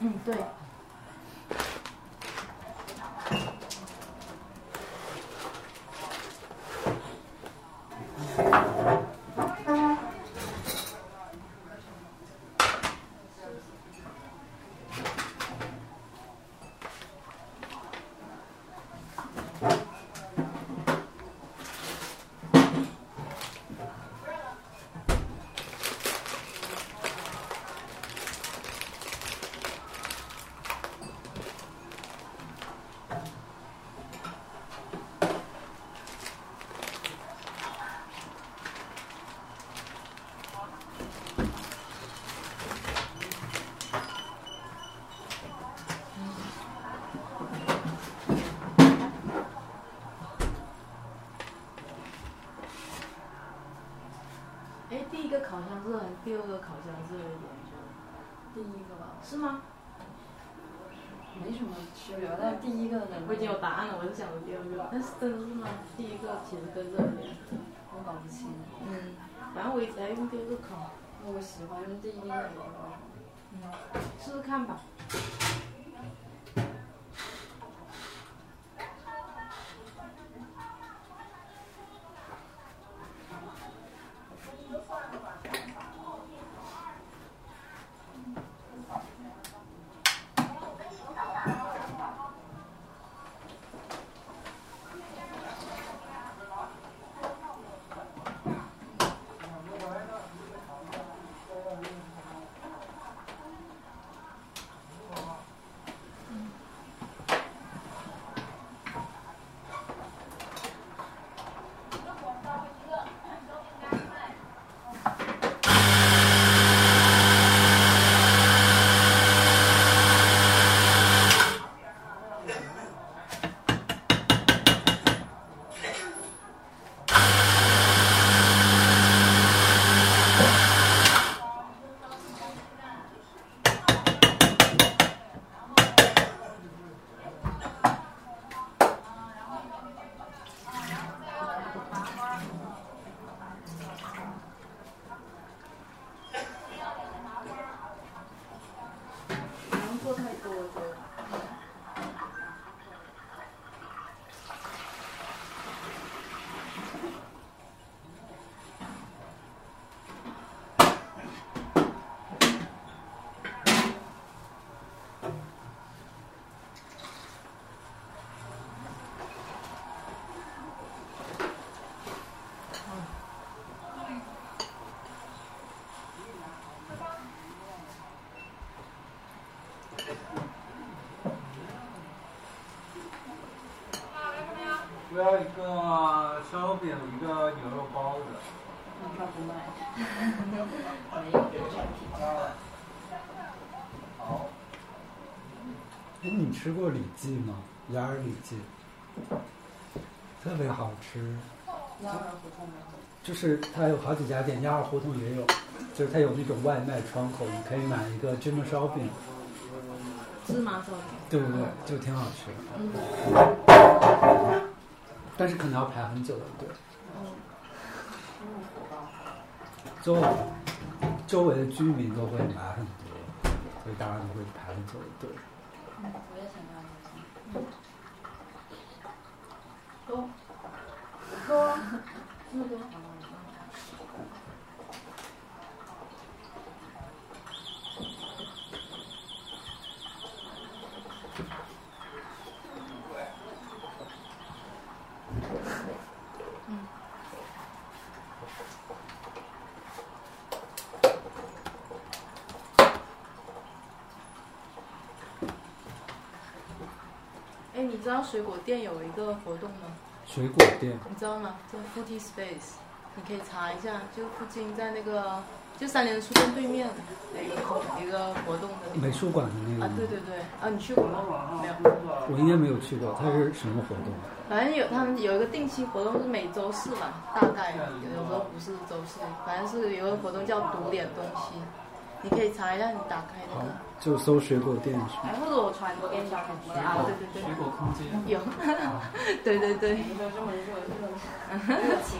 嗯，对。哎，第一个烤箱热还是第二个烤箱热一点？第一个吧，是吗？没什么区别，但是第一个的我已经有答案了，我是想的第二个，但是真的是吗？第一个其实更热一点。我搞不清，嗯，反正我一直在用第二个烤，我喜欢用第一个的。试试看吧。不能做太多，我觉得。我要一个烧肉饼，一个牛肉包子。嗯，他不卖。好，哎，你吃过李记吗？鸭儿李记，特别好吃。鸭儿胡同没有。就是它有好几家店，鸭儿胡同也有，就是它有那种外卖窗口，你可以买一个芝麻烧饼，芝麻烧饼，对不对？就挺好吃，嗯，但是可能要排很久的队。入口吧。周周围的居民都会买很多，所以当然就会排很久的队。嗯，我也想要一个。够，够，这么多。哎，你知道水果店有一个活动吗？水果店你知道吗？叫 Foodie Space，你可以查一下，就附近在那个就三联书店对面的一个一个活动的地美术馆的那个方吗啊，对对对，啊，你去过吗？没有，我应该没有去过，它是什么活动？反正有他们有一个定期活动是每周四吧，大概有有时候不是周四，反正是有个活动叫读点东西，你可以查一下，你打开那好个，，就搜水果店是吗哎，或者我传给你啊，对对对，水果空间。有， 对 对对，你说这么热热热情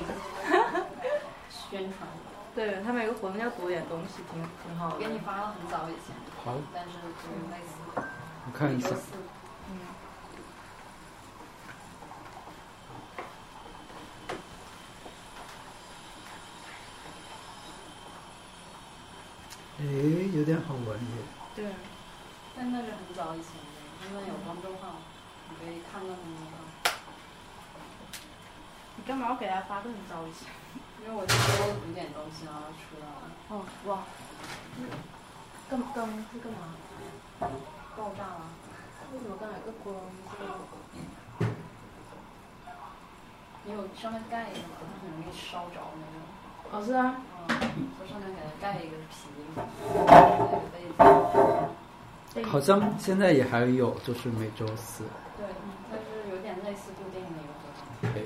宣传，对他们有个活动叫读点东西，挺挺好我的给。你发了很早以前，好，但是就是类似我看一下周。四嗯，哎，有点好玩耶。对，但那是很早以前的，因为有公众号，你可以看到很多号。你干嘛要给他发这么早以前？因为我就多读点东西，然后出来了。哦，哇，干干是干嘛？爆炸 了，为什么刚才有个光就你有上面盖一个嘛，它很容易烧着那种。哦是啊，嗯，就上面给它盖一个皮，盖一个被子。对好像现在也还有，就是每周四。对，它是有点类似固定的一个活动，哎，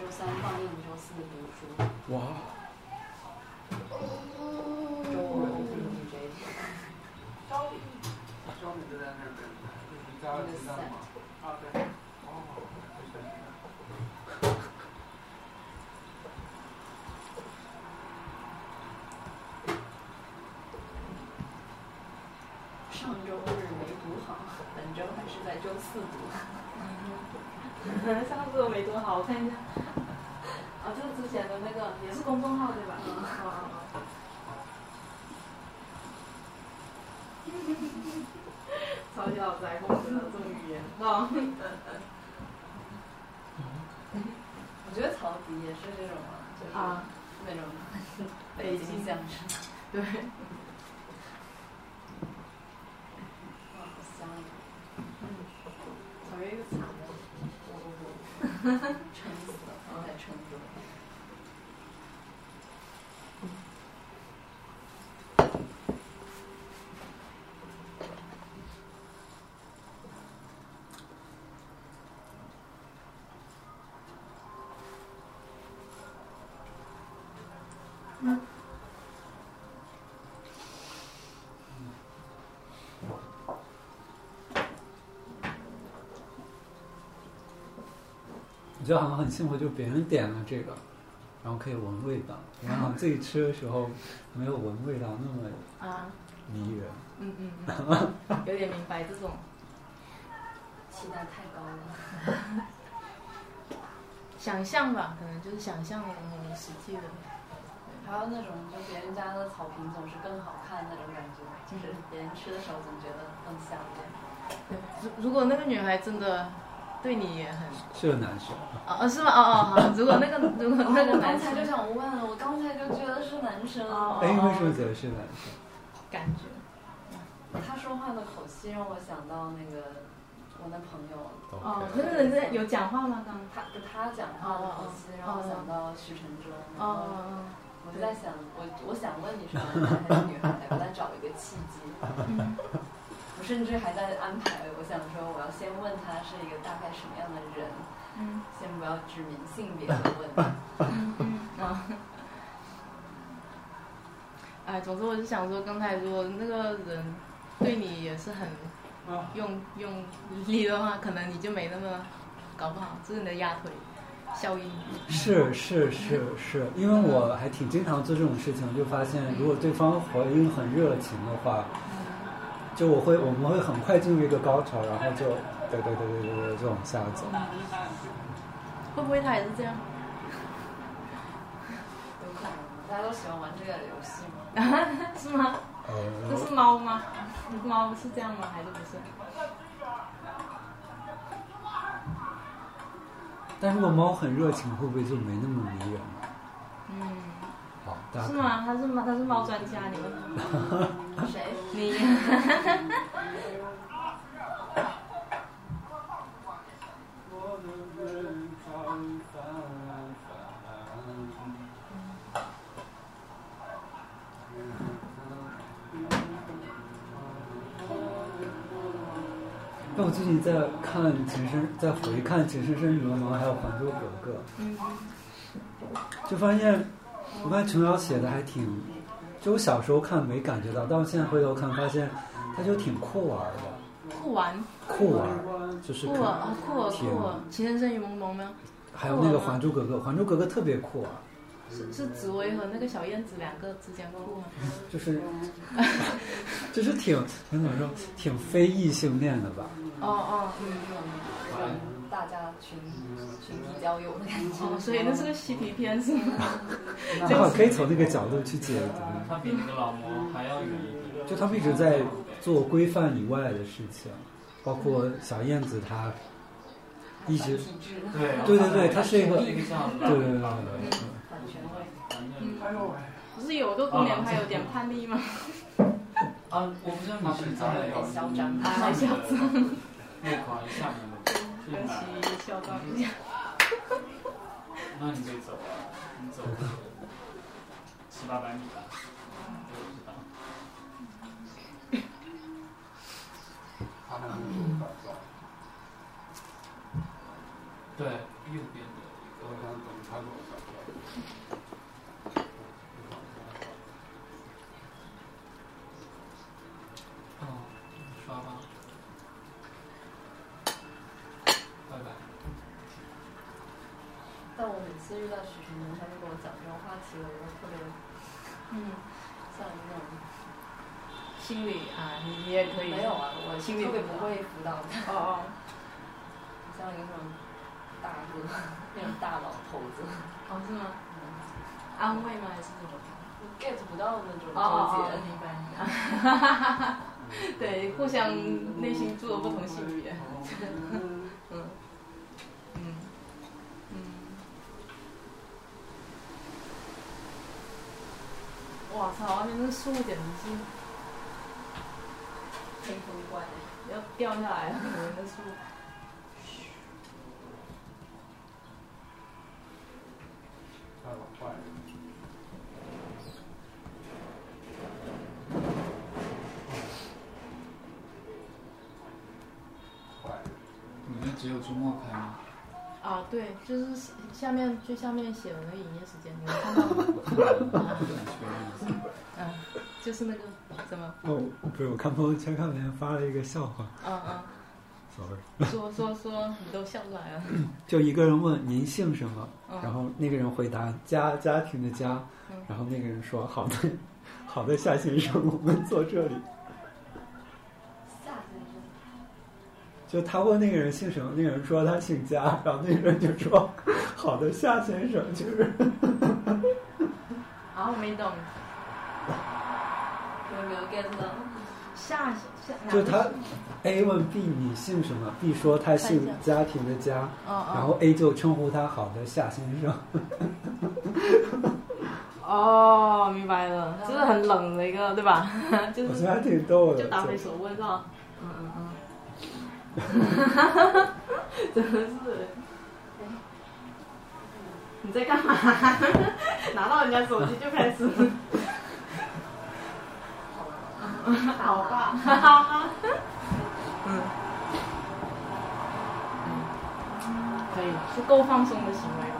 周三放映，周四读书，哇，周五听 DJ，小米就在那边，就是一家一家嘛。啊对。哦，这是上周日没读好，本周还是在周四读。上次我没多好，我看一下。 啊，这是之前的那个也是公众号对吧？嗯，好好好。超级老宅公司的这种语言，哦， 我觉得曹迪也是这种啊，就是啊那种北京相声。对，哇，好香啊！找一个惨的。不不不，撑死了，我得撑死了。我觉得好像很幸福，就别人点了这个，然后可以闻味道。然后自己吃的时候没有闻味道那么啊，迷 人。嗯嗯嗯，有点明白这种。期待太高了。想象吧，可能就是想象和实际的，还有那种就别人家的草坪总是更好看那种感觉，就是别人吃的时候总觉得更香一点。对，如如果那个女孩真的对你也 很，是个男生，啊啊是吗？哦哦好，如果那个 如果那个我男刚才生就想问了，我刚才就觉得是男生，哦哎，为什么觉得是男生？感觉，他说话的口气让我想到那个我那朋友，哦 OK，那个人在有讲话吗？刚他就他讲话的口气让我想到许承忠，哦然后哦我就在想，我我想问你是男孩还是女孩，我在找一个契机。哦嗯我甚至还在安排，我想说我要先问他是一个大概什么样的人，嗯先不要指明性别的问题。嗯嗯啊。 哎，总之我就想说，刚才如果那个人对你也是很啊，用用力的话，可能你就没那么，搞不好这是你的压腿效应。是是是是，因为我还挺经常做这种事情，就发现如果对方回应很热情的话，就我会我们会很快进入一个高潮，然后就对对对对对对就往下走。会不会他也是这样？有可能，大家都喜欢玩这个游戏吗？ 是吗？这呃，是猫吗？猫是这样吗？还是不是？但如果猫很热情，会不会就没那么迷人了？嗯，好，大家是吗？它是猫，它是猫专家，你问它谁？你我的人潮泛泛。那我最近在看前生，在回看《情深深雨蒙蒙》还有《还珠格格嗯嗯，》，就发现，我发现琼瑶写的还挺，就我小时候看没感觉到，但我现在回头看发现，他就挺酷玩儿的， 酷玩，酷玩儿就是酷看玩啊，酷儿挺酷儿，情深深雨蒙蒙吗？还有那个酷《玩吗还珠格格》，《还珠格格》特别酷玩儿，是是紫薇和那个小燕子两个之间过渡吗？就是就是挺挺怎么说，挺非异性恋的吧？ 哦哦，有一种大家群群体交友的感哦，觉，所以那是个嬉皮片是吗？正好可以从那个角度去解他比那个老魔还要远一点。读，就他们一直在做规范以外的事情，包括小燕子她一直体制对对对对他是一个一个这样对对对对对对反权威，哎呦喂，不是有个姑娘她有点叛逆吗？啊，我不知道你是在啊那款下面的，可 惜笑到不行。那你得走啊，你走十八百米吧，我不知道。他们就是打造，对，右边的一我想等他给我打造。个，哦，刷吧，拜拜。但我每次遇到许霆锋，他就跟我讲这种话题，我就特别嗯，像那种心理啊，你你也可以。没有啊，我心里特别不会辅导，哦哦，像一个那种大哥，那种大老头子哦是吗？安慰吗？还是什么？ ，get 不到那种哦哦纠哦，结。明白。 对，互相内心住了不同性别。嗯嗯嗯。哇操！外面那个树简直是。黑风怪，要掉下来了，我们的树。他老坏，坏，你那只有周末开吗？啊，对，就是下面最下面写的那个营业时间，你们看到 吗？嗯、就是那个怎么，哦，不是，我看朋友圈看别人发了一个笑话嗯，sorry，嗯，说说说，你都笑出来了。就一个人问您姓什么，嗯然后那个人回答家家庭的家嗯，然后那个人说好的， 好的，夏先生，我们坐这里。夏先生，就他问那个人姓什么，那个人说他姓家，然后那个人就说好的，夏先生，就是 啊，我没懂，有没有 get 到？ 下下哪就个？他 A 问 B 你姓什么，B 说他姓看一家庭的家，哦然后 A 就称呼他好的夏先生。哦，哦，明白了，这是很冷的一个，对吧？ 就我觉是得还挺逗的，嗯就答非就所问是吧？嗯嗯嗯， 真的是。你在干嘛？ 拿到人家手机就开始。好吧，哈哈哈。 嗯，嗯可以，是够放松的行为吧？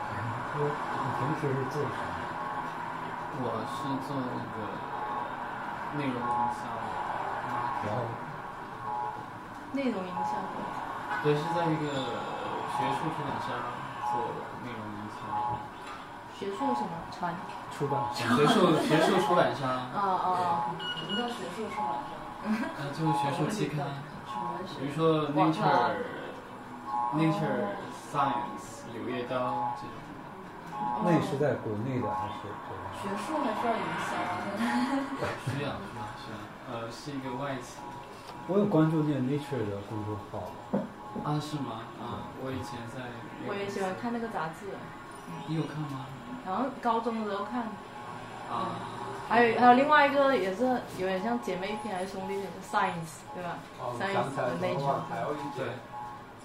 你平时是做啥？我是做那个内容营销，然后 内容营销，对，是在一个学术出版社做内容营销，学术什么传？出版社。学术学术出版商，哦哦什么叫学术出版社？呃，就是学术期刊，什么比如学术？说 Nature、Nature Science、柳叶刀这种。哦，那也是在国内的还是国外？学术还需要营销？需要需要需要，呃，是一个外企我有关注那个 Nature 的公众号，啊？是吗？啊，我以前在我也喜欢，看那个杂志，你有看吗？好像高中的时候看，啊，还有还有另外一个也是有点像姐妹篇还是兄弟篇，Science 对吧哦？Science 的那刚才种，还有一点，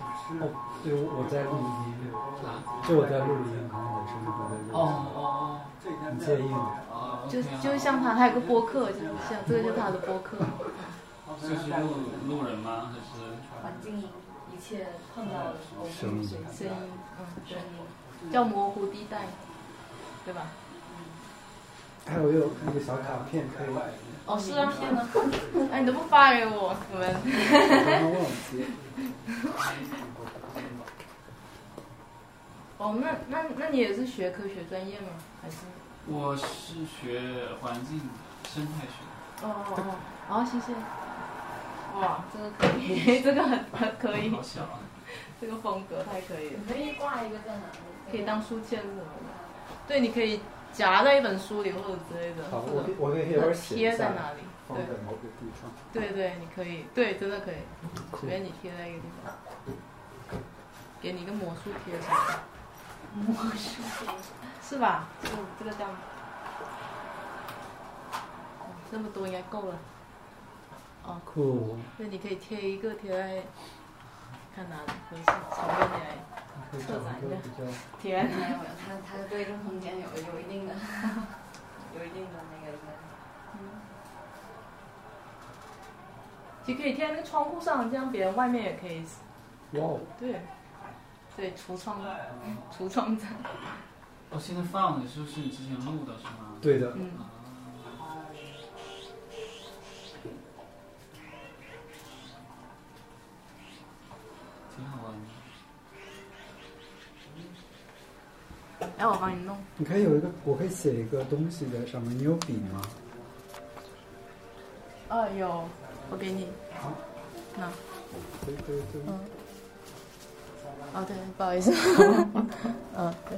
嗯哦，对，我我在录音，啊就我在录音，可能也是录在录音。哦这几天你介意吗？哦哦，就 OK 啊就是像他还有个播客，就是像这个就是他的播客，就是路路人吗？还是环境音，一切碰到的沟声通音学声习音，嗯，对，声音，叫模糊地带，对吧？哎，我有那个小卡片可以，嗯哦，是啊，天呢， 哎，你都不发给我，你们我刚刚忘记。哦，那那那你也是学科学专业吗？还是？我是学环境生态学。哦哦哦，好、谢谢。哇， 这个可以，这个很 很可以好，小啊！这个风格太可以了你，可以挂一个在哪里？可以当书签什么的。对，你可以夹在一本书里或者之类的，好，或我者给我给一会儿写贴一在下，哪里？放在某个地方。对对对，你可以，对，真的可以，酷随便你贴在一个地方，给你一个魔术贴什么的魔术贴，是吧？这个这个这样，哦这么多应该够了。酷，对，你可以贴一个贴在，看哪里合适，随便你来可以找一个比较贴在哪里。没有没有，他他对这空间有有一定的， 有一定的那个应该。其实可以贴在那个窗户上，这样别人外面也可以。哇哦，对，对，橱窗，橱窗站。哦，现在放的就是你之前录的是吗？对的，嗯，啊。挺好玩的。来，哎我帮你弄。你可以有一个，我可以写一个东西在上面。你有笔吗？呃，有，我给你。那，对对对，哦，对，不好意思。嗯，对，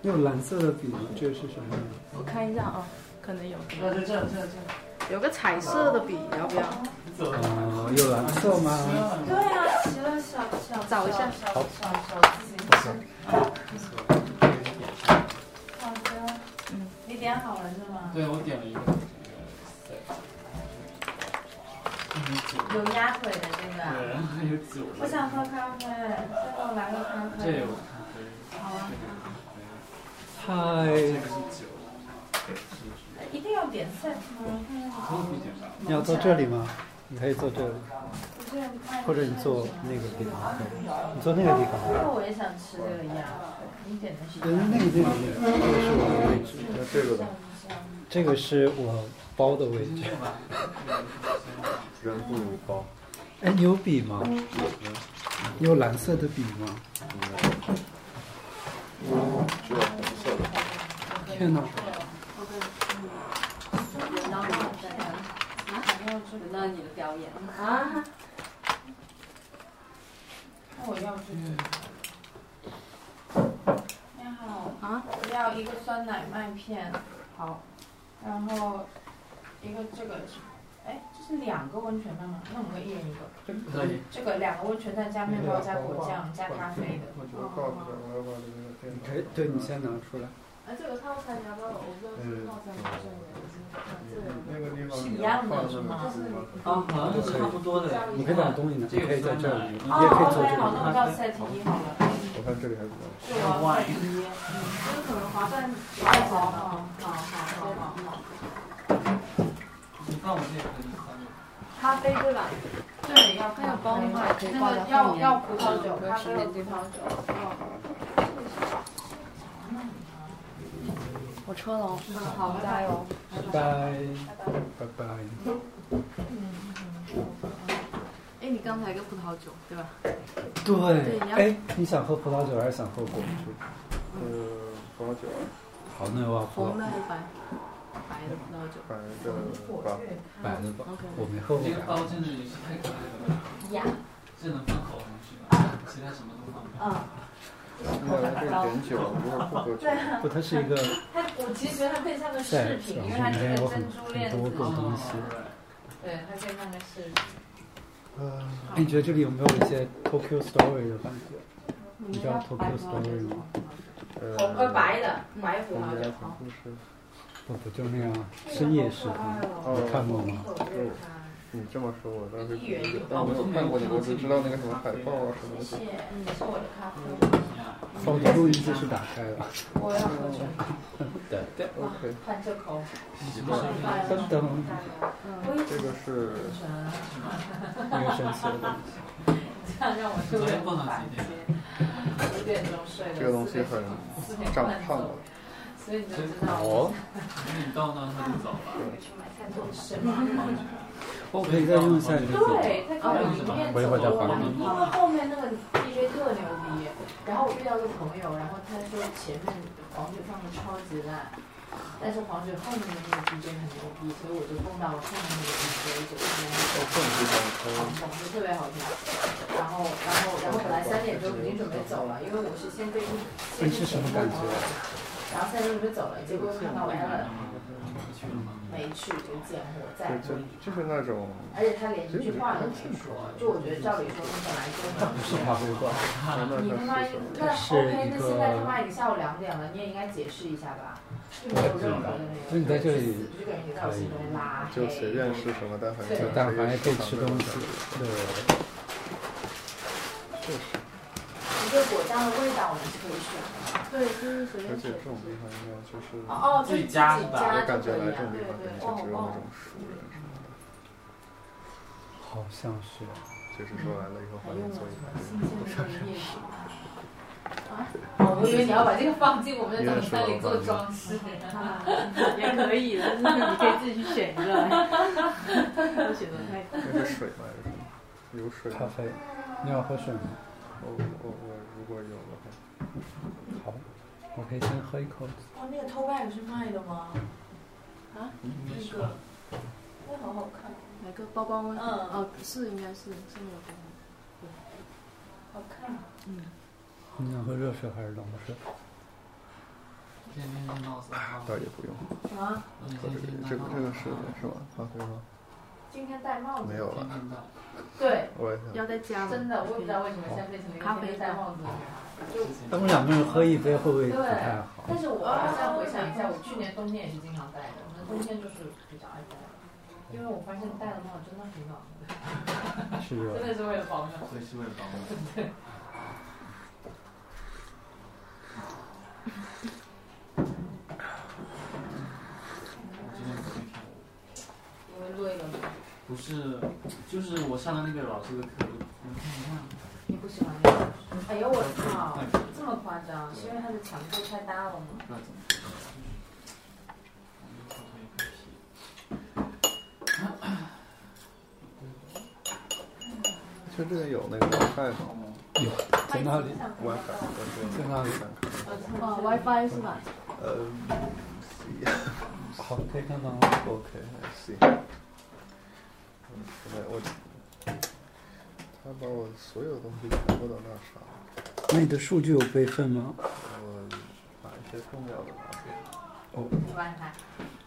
你有蓝色的笔吗？这是什么？我看一下啊、可能有，那就这样，这样，这样。有个彩色的笔，要不要？你走哦，有蓝色吗？对啊，洗了小小找一下小小小自行车。好的，嗯，你点好了是吗？对，我点了一个这个 set。还有酒，有鸭腿的这个啊，对，还有酒。我想喝咖啡，再给我来个咖这啡有。咖啡，好啊，嗨，这个是酒，一定要点 set 吗？看一下可以不点吧？你要坐这里吗？你可以坐这里，不是你看一下或者你坐那个地方，可以。你坐那个地方。那我也想吃这个鸭，你点的是嗯，那个地方，这个是我的位置，那这个香吧，不香？这个是我包的位置。扔不如包，哎，你有笔吗？你有蓝色的笔吗？只有红色的。天哪！轮到你了，真的轮到你的表演了。啊，那我要这个。你好，啊，我要一个酸奶麦片，好，然后一个这个，哎，这是两个温泉蛋吗？那我们一人一个。可以。这个两个温泉蛋加面包加果酱加咖啡的。我觉得告诉他，我要把这个电你可以，对你先拿出来。哎，这个套餐你要不要？我不知道这个套餐好像有，这个那个地方是一样的是吗啊，好像是差不多的。你可以把东西拿，这你个可以在这酸奶里，你也哦可以坐，OK，这里。好，那我到 set 一好了，我看这里还比较是我 set 一，嗯，这个可能划算划算好好好好好好。你放我这也可以放这个。咖啡对吧？对，要还有包吗那个要要葡萄酒，咖啡和葡萄酒。我车了哦。好，加油！拜拜，拜拜。哎，你刚才一个葡萄酒对吧？对对你，要哎，你想喝葡萄酒还是想喝果汁？呃，葡萄酒，好，那我要喝红的还是白？白的葡萄酒。反正吧，白的吧， OK。我没喝过这个白的。包真的有些太可爱了，呀，这能放口红去吧？其他什么都放不了。嗯，现在来这个点酒，如果不喝酒，不，它是一个它我其实觉得它更像个饰在品，网因为它上这面有个很珍珠链很多子个，东西。对，它更像个饰品。呃，哎，你觉得这里有没有一些 Tokyo Story 的感觉？你知道 Tokyo Story 吗？红呃白的白葡萄我们酒来，讲故事，不不就那样，深夜食堂，你看过吗？你这么说，我倒是一元一，但我没有看过那个，我只知道那个什么海报啊什么谢的。谢，你是我的咖啡，哦，录音机是打开了。我要喝酒，对对， OK，喷这口，什么声音？噔噔，我一这个是那个神奇的，这样让我特别不反接。五点钟睡的，这个东西很四点长半胖走了，，所以你就知道哦，那你到那儿他就走了。什么。我哦可以再用一下你的嘴。对，在高里面走了完，因为后面那个 DJ 特牛逼，然后我遇到个朋友，然后他说前面黄酒放的超级烂，但是黄酒后面的那个 DJ 很牛逼，所以我就碰到了后面那个 DJ 就一直我控制狂感蹦，就特别好听。然后，然后，然后本来三点钟已经准备走了，因为我是先跟先跟前面的朋友，然后三点钟准备走了，结果看到 a l 没去就见我再它，回就就就是那种而且他连一句话都没说，就我觉得照理说你本来就咖啡馆，那那你他妈那那 OK，那现在他妈已经下午两点了，你也应该解释一下吧，就没有任何的那个，那你在这里死这个人也在我心中拉黑，就随便吃什么，但反正就但凡也可以吃东西。对，确实，一个果酱的味道我们是可以选的，对，就是随而便且选这。种地方应该就是，我哦哦，自己加就感觉可来以这种地啊，方肯哦定就只有那种熟人什么的，好像是。就是说来了以后还发用了现做一什么排新鲜的叶子啊？哦，我以为你要把这个放进我们的早餐里做装饰，啊也可以的，但是你可以自己去选一个来。 我选的太多那个水嘛，还是什么有水咖吗？啡，你要喝水吗？我我我如果有的话，好，我可以先喝一口。哦，那个偷拜是卖的吗？没事，那好好看，哪个曝光温？嗯哦，是应该是是没有曝光。好看。啊嗯，你想喝热水还是冷水？天天天闹死啊！倒也不用。啊，天天这个天这个这个是的是吧？咖啡吗？今天戴帽没子。有天了，天闹。对，我也想。要在家吗真的，我也不知道为什么现在变成了一个天天戴帽子的啊女孩。就他们两个人喝一杯会不会对不太好，？但是我哦好像回想一下，我去年冬天也是经常戴的，我们冬天就是比较爱戴，因为我发现戴了帽子真的很暖和，是热真。的是为了保暖。所以是为了帮我。我今天不去跳舞。因为累了吗？不是，就是我上的那个老师的课，我看你不喜欢那个？哎呦我操，这么夸张？是因为他的强度太大了吗？不知道怎么说，我就后腿一个皮。就这个有那个 WiFi 吗哦有在那里， ？WiFi，但是在那里。哦，WiFi 是吧？呃好，可以看到啊吗？ ，OK，I see。嗯，我他把我所有东西全部都那啥了，那你的数据有备份吗？我把一些重要的拿出来。你玩它。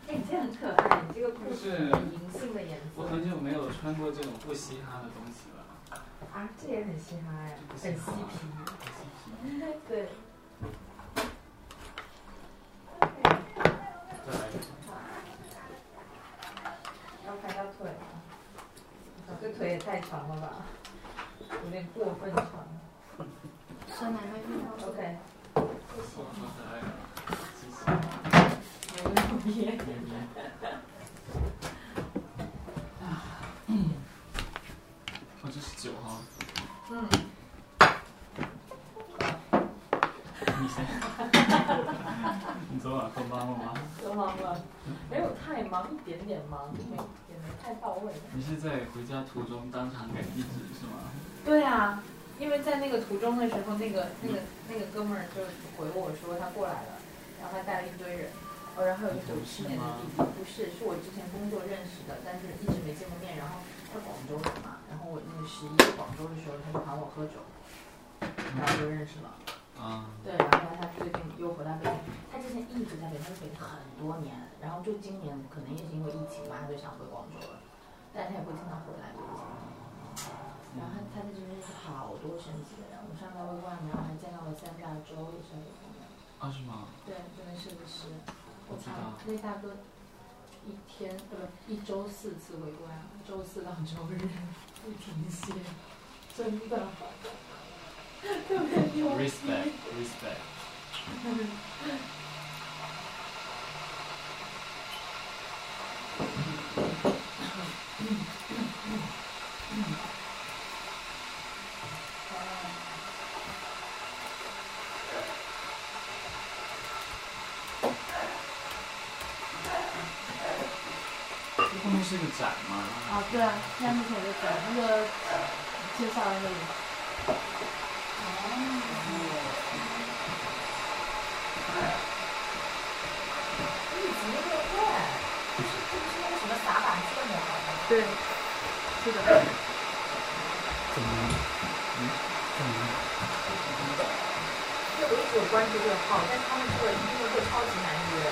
哎，你这很可爱，你这个裤就子是很银杏的颜我色。很久没有穿过这种不嘻哈的东西了，啊，这也很嘻哈哎，很嬉皮。不嘻皮。对，再来一个。要拍到腿了，这腿也太长了吧，有点过分长。酸奶妹妹， OK，我说再来一个。嘻嘻。我有点咩咩。 哦，这是酒哈。嗯，你先。 你昨晚喝懵了吗？多忙了，没有太忙，一点点忙，没也没太到位。你是在回家途中当场改地址是吗？对啊，因为在那个途中的时候，那个那个那个哥们儿就回我说他过来了，然后他带了一堆人，哦，然后有个九七年的弟弟，不是，是我之前工作认识的，但是一直没见过面。然后他广州人嘛，然后我那个十一广州的时候，他就喊我喝酒，然后就认识了。啊，对，然后他最近又回到北京，他之前一直在北京，他在北京很多年，然后就今年可能也是因为疫情吧，他就想回广州了，但是他也不经常回来北京。然后他在这边认识好多神奇的人，我上到微观，然后还见到了三大洲也是有朋友，啊是吗？对，这边设计师，我差那大哥一天呃不一周四次回归啊，周四到周日 不停歇，真的， 特别牛逼。 respect respect。这后面是个展吗？啊，对啊，现在目前就在那个呃介绍的那里。对，是的，怎么了？嗯，怎么了？我一直有关注这个号，但他们这个音乐会超级难约。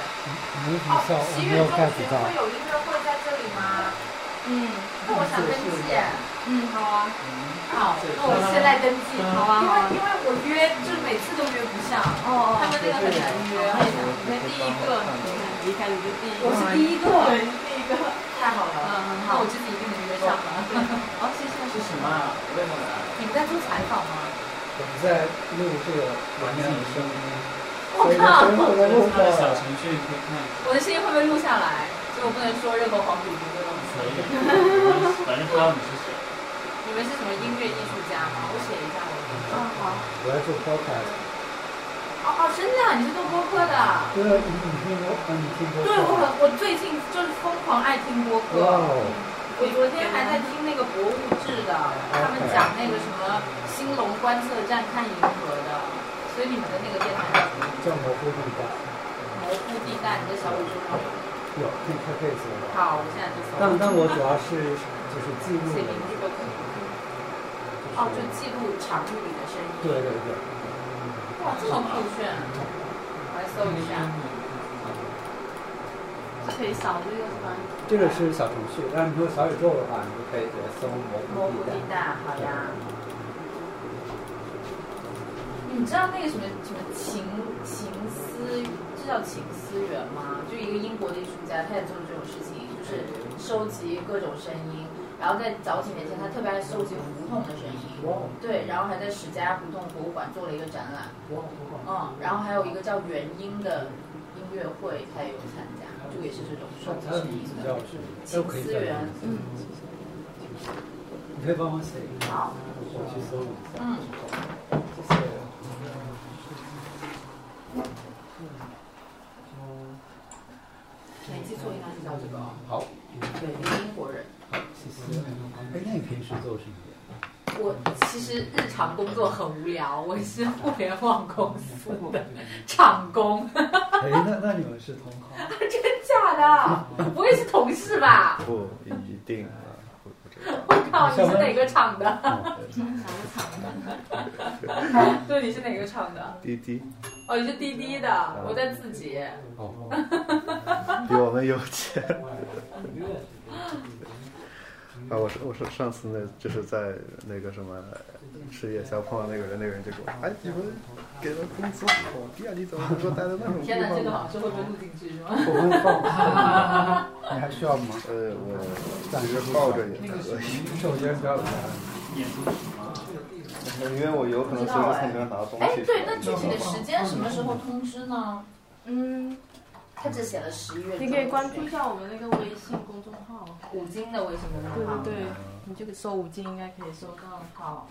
没什么效，我没有 get 到。嗯那我想登记，嗯，好啊，好，那我现在登记，好吧？好啊因为因为我约就是每次都约不上，哦哦他们那个很难约，我你是第一个，嗯一开始就第一我个，是第一个，对，第一个，太好了，嗯，那我自己一定能约上了。好，哦谢谢。是什么啊？我问问啊。你们在做采访吗？我们在录这个完美的声音。我靠！等会儿再就是录它的小吧。程序你可以看一下。我的声音会不会录下来？所以我不能说任何黄赌毒的东西。可以，反正不知道你是谁。你们是什么音乐艺术家吗？我写一下我。嗯，好，我在做 podcast。哦哦，真的啊，你是做播客的啊？对，你你听过？啊，你听过？对，我很，我最近就是疯狂爱听播哇客。哦！我昨天还在听那个博物志的，他们讲那个什么兴隆观测站看银河的，所以你们的那个电台叫叫蘑菇地带。模糊地带，你的小宇宙上有，有。可以开配置的。好，我现在就搜。但但哦我主要是就是记录写的名，字都可以。就是哦，就记录场域里的声音。对对对。哇，这么酷炫！啊我来搜一下。是可以扫这个是吧？这个是小程序，但是你说小宇宙的话，你就可以直接搜蘑蘑菇菇地地带。带，好呀。你知道那个什么什么秦秦思，这叫秦思源吗？就一个英国的艺术家，他也做这种事情，就是收集各种声音。然后在早几年前，他特别爱收集胡同的声音，哇哦！对，然后还在史家胡同博物馆做了一个展览，哇哦！嗯，然后还有一个叫元音的音乐会，他也有参加，就也是这种收它集它的声名音字的叫什么？秦都可以思在源，嗯，你可以帮我写一个，好，我去搜一下。嗯。谢谢。没记错应该是叫这个哦，好，对，一个英国人。谢谢。哎，那你平时做什么呀？我其实日常工作很无聊，我是互联网公司的厂工，哎，那那你们是同 行？真假的？不会是同事吧？不一定啊，不不知道。我靠，你是哪个厂的？哪个厂的？对，你是哪个厂的？滴滴哦，你是滴滴的，我在自己。哦，比我们有钱。 啊，我是我是上次那就是在那个什么事业下碰到那个人，那个人就跟我，哎，你们给的工资好低啊，你怎么能够待在那种地天哪，这个好像方呢？会被录进去是吗？我会放。你还需要吗？呃，我其实抱着也可以，不是，我觉得不要钱。演出什么？因为我有可能随时从别人拿到东哎，西。对，那具体的时间什么时候通知呢？嗯，他只写了十一月。你可以关注一下我们那个微信公众号，五金的微信公对众号对。对，你就搜五金应该可以搜到。好，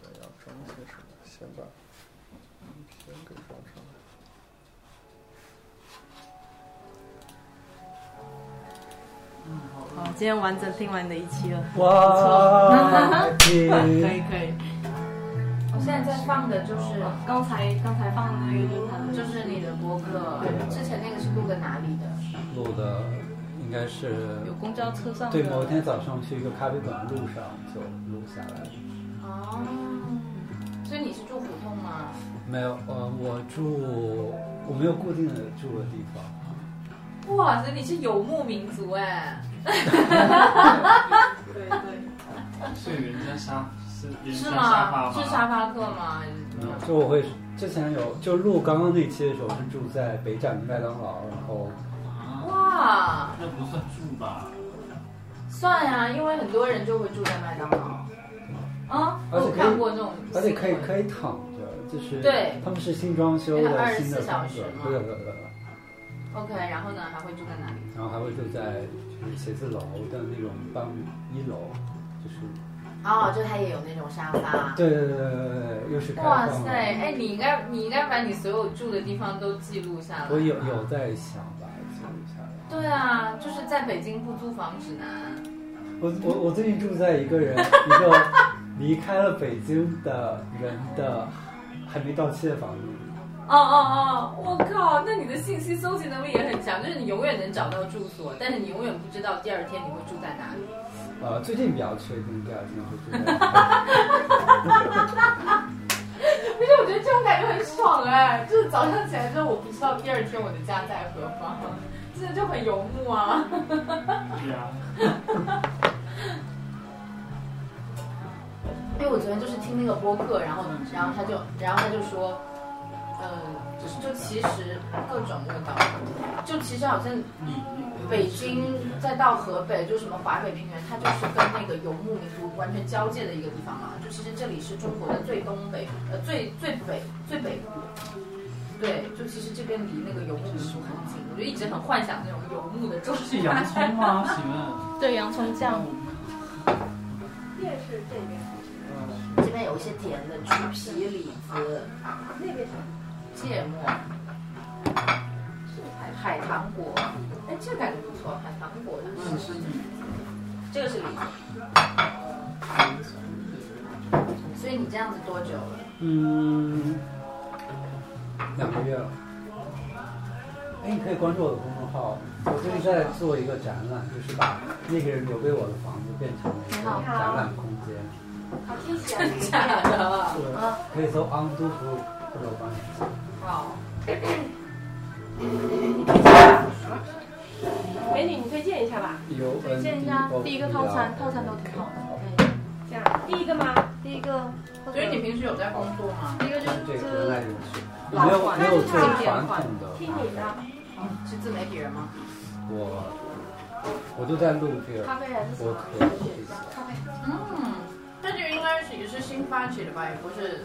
我要装些什么？先把影片给装上来。好，今天完整听完你的一期了，哇！可你以可以。我现在在放的就是。刚才刚才放的那个音盘就就是是你你的的播客，之前那个是录的哪里的？录的应该是有公交车上的对某天早上去一个咖啡馆的路上就录下来了。哦，所以你是住胡同吗？没有，呃，我住我没有固定的住的地方。哇，所以你是游牧民族哎，对对，所以人家沙是人家是沙发吗？是沙发客吗？还是怎么样嗯就我会之前有就录刚刚那期的时候是住在北展麦当劳，然后啊，哇，那不算住吧？算啊，因为很多人就会住在麦当劳。啊，我而且有可以看过这种新闻，而且可以可以躺着，就是对他们是新装修因为它的新的24小风时格嘛，对对对对。对 OK，然后呢，还会住在哪里？然后还会住在就是写字楼的那种办一楼，就是哦，就它也有那种沙发。对对对对对对，又是开放哇的。塞，哎，你应该你应该把你所有住的地方都记录下来。我有有在想吧，记录下来。对啊，就是在北京不租房指南。我我我最近住在一个人 一个离开了北京的人的还没到期的房子里，哦哦哦！我靠，那你的信息搜集能力也很强，就是你永远能找到住所，但是你永远不知道第二天你会住在哪里。呃，最近比较确定第二天会住在哪里。不是，我觉得这种感觉很爽哎、就是早上起来之后，我不知道第二天我的家在何方，真的就很游牧啊。对啊，因为我昨天就是听那个播客，然后然后他就然后他就说，呃，就是就其实各种味道，就其实好像你你北京再到河北，就什么华北平原，它就是跟那个游牧民族完全交界的一个地方嘛。就其实这里是中国的最东北，呃，最最北最北部。对，就其实这边离那个游牧民族很近，我就一直很幻想那种游牧的状这是洋态。葱吗？请问？对，洋葱酱，电视这边，这边有一些甜的，橘皮、李子、那边是芥末、是海海棠果，哎，这感觉不错，海棠果的。那是你这个是李子。所以你这样子多久了？嗯，两个月了。哎，你可以关注我的公众号，我最近在做一个展览，就是把那个人留给我的房子变成一个展览空间，好听起来真假的？啊，可以搜 on do group 或者关注。好。美女，你推荐一下吧。有呃推荐一下第一个套餐，套餐都挺好的。这样，第一个吗？第一个，所以你平时有在工作吗？第一个就是这就个来是源是没有没有最传统听的，你的。是自媒体人吗？我我就在录这个咖啡还是什播么？客这些。咖啡。嗯，这就应该是也是新发起的吧，也不是。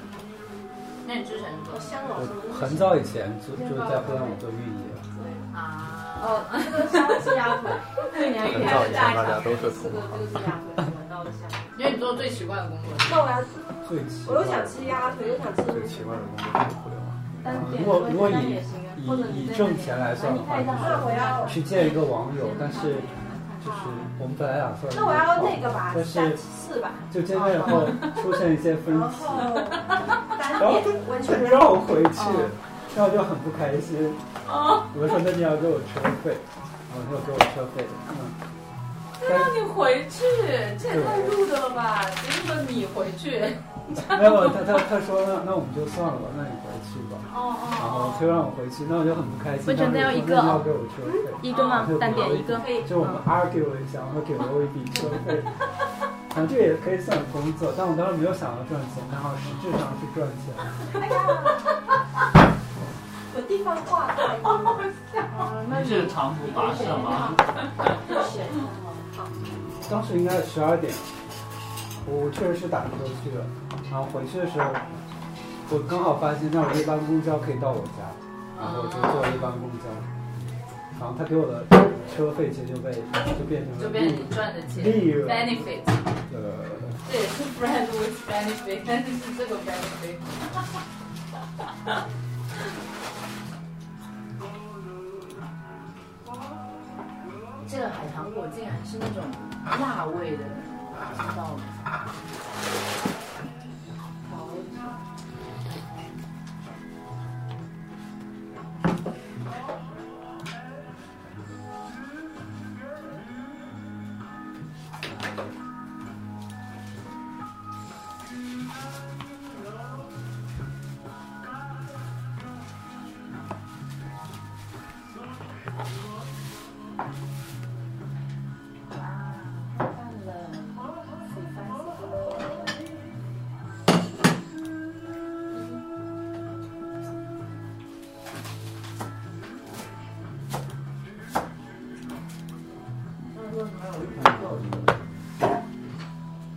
那你之前我做香老师。我很早以前就就在互联网做运营，啊？ 哦，这个香是鸭腿，对，你还很遇到早以前大家都是这同个行这个，是鸭腿，闻到的香。因为你做最奇怪的工作，那我要，最奇我又想吃鸭腿，又想吃最奇怪的工作就是互联网。但是如果如果以也行啊。或者以你以在挣钱来算的话，那我要就，是去见一个网友，但是就是我们本来打算，那我要那个吧，但三是四吧，就见面后出现一些分然 后歧，单然后点温他泉就。让我回去，然后就很不开心。我说那你要给我车费，然后他就给我车费，嗯，他让你回去，这也太入的了吧？谁说你回去？没有他他他说那那我们就算了吧，那你回去吧。哦然后哦他就让我回去，那我就很不开心。我觉得要一个他就说那你要给我车费。一个吗？单点一个。就我们嗯 argue 了一下，然后给了我一笔车费，然后这也可以算工作，但我当时没有想到赚钱，然后实质上是赚钱。哎呀，有地方挂的。你是长途跋涉吗？当时应该是十二点，我确实是打车去的，然后回去的时候，我刚好发现那有一班公交可以到我家，然后我就坐了一班公交，然后他给我的车费其实就被就变成哦，了就变成你赚的钱利润。 benefit。呃，这也是 brand with benefit，但是是这个 benefit。这个海棠果竟然是那种辣味的，知道吗？好了，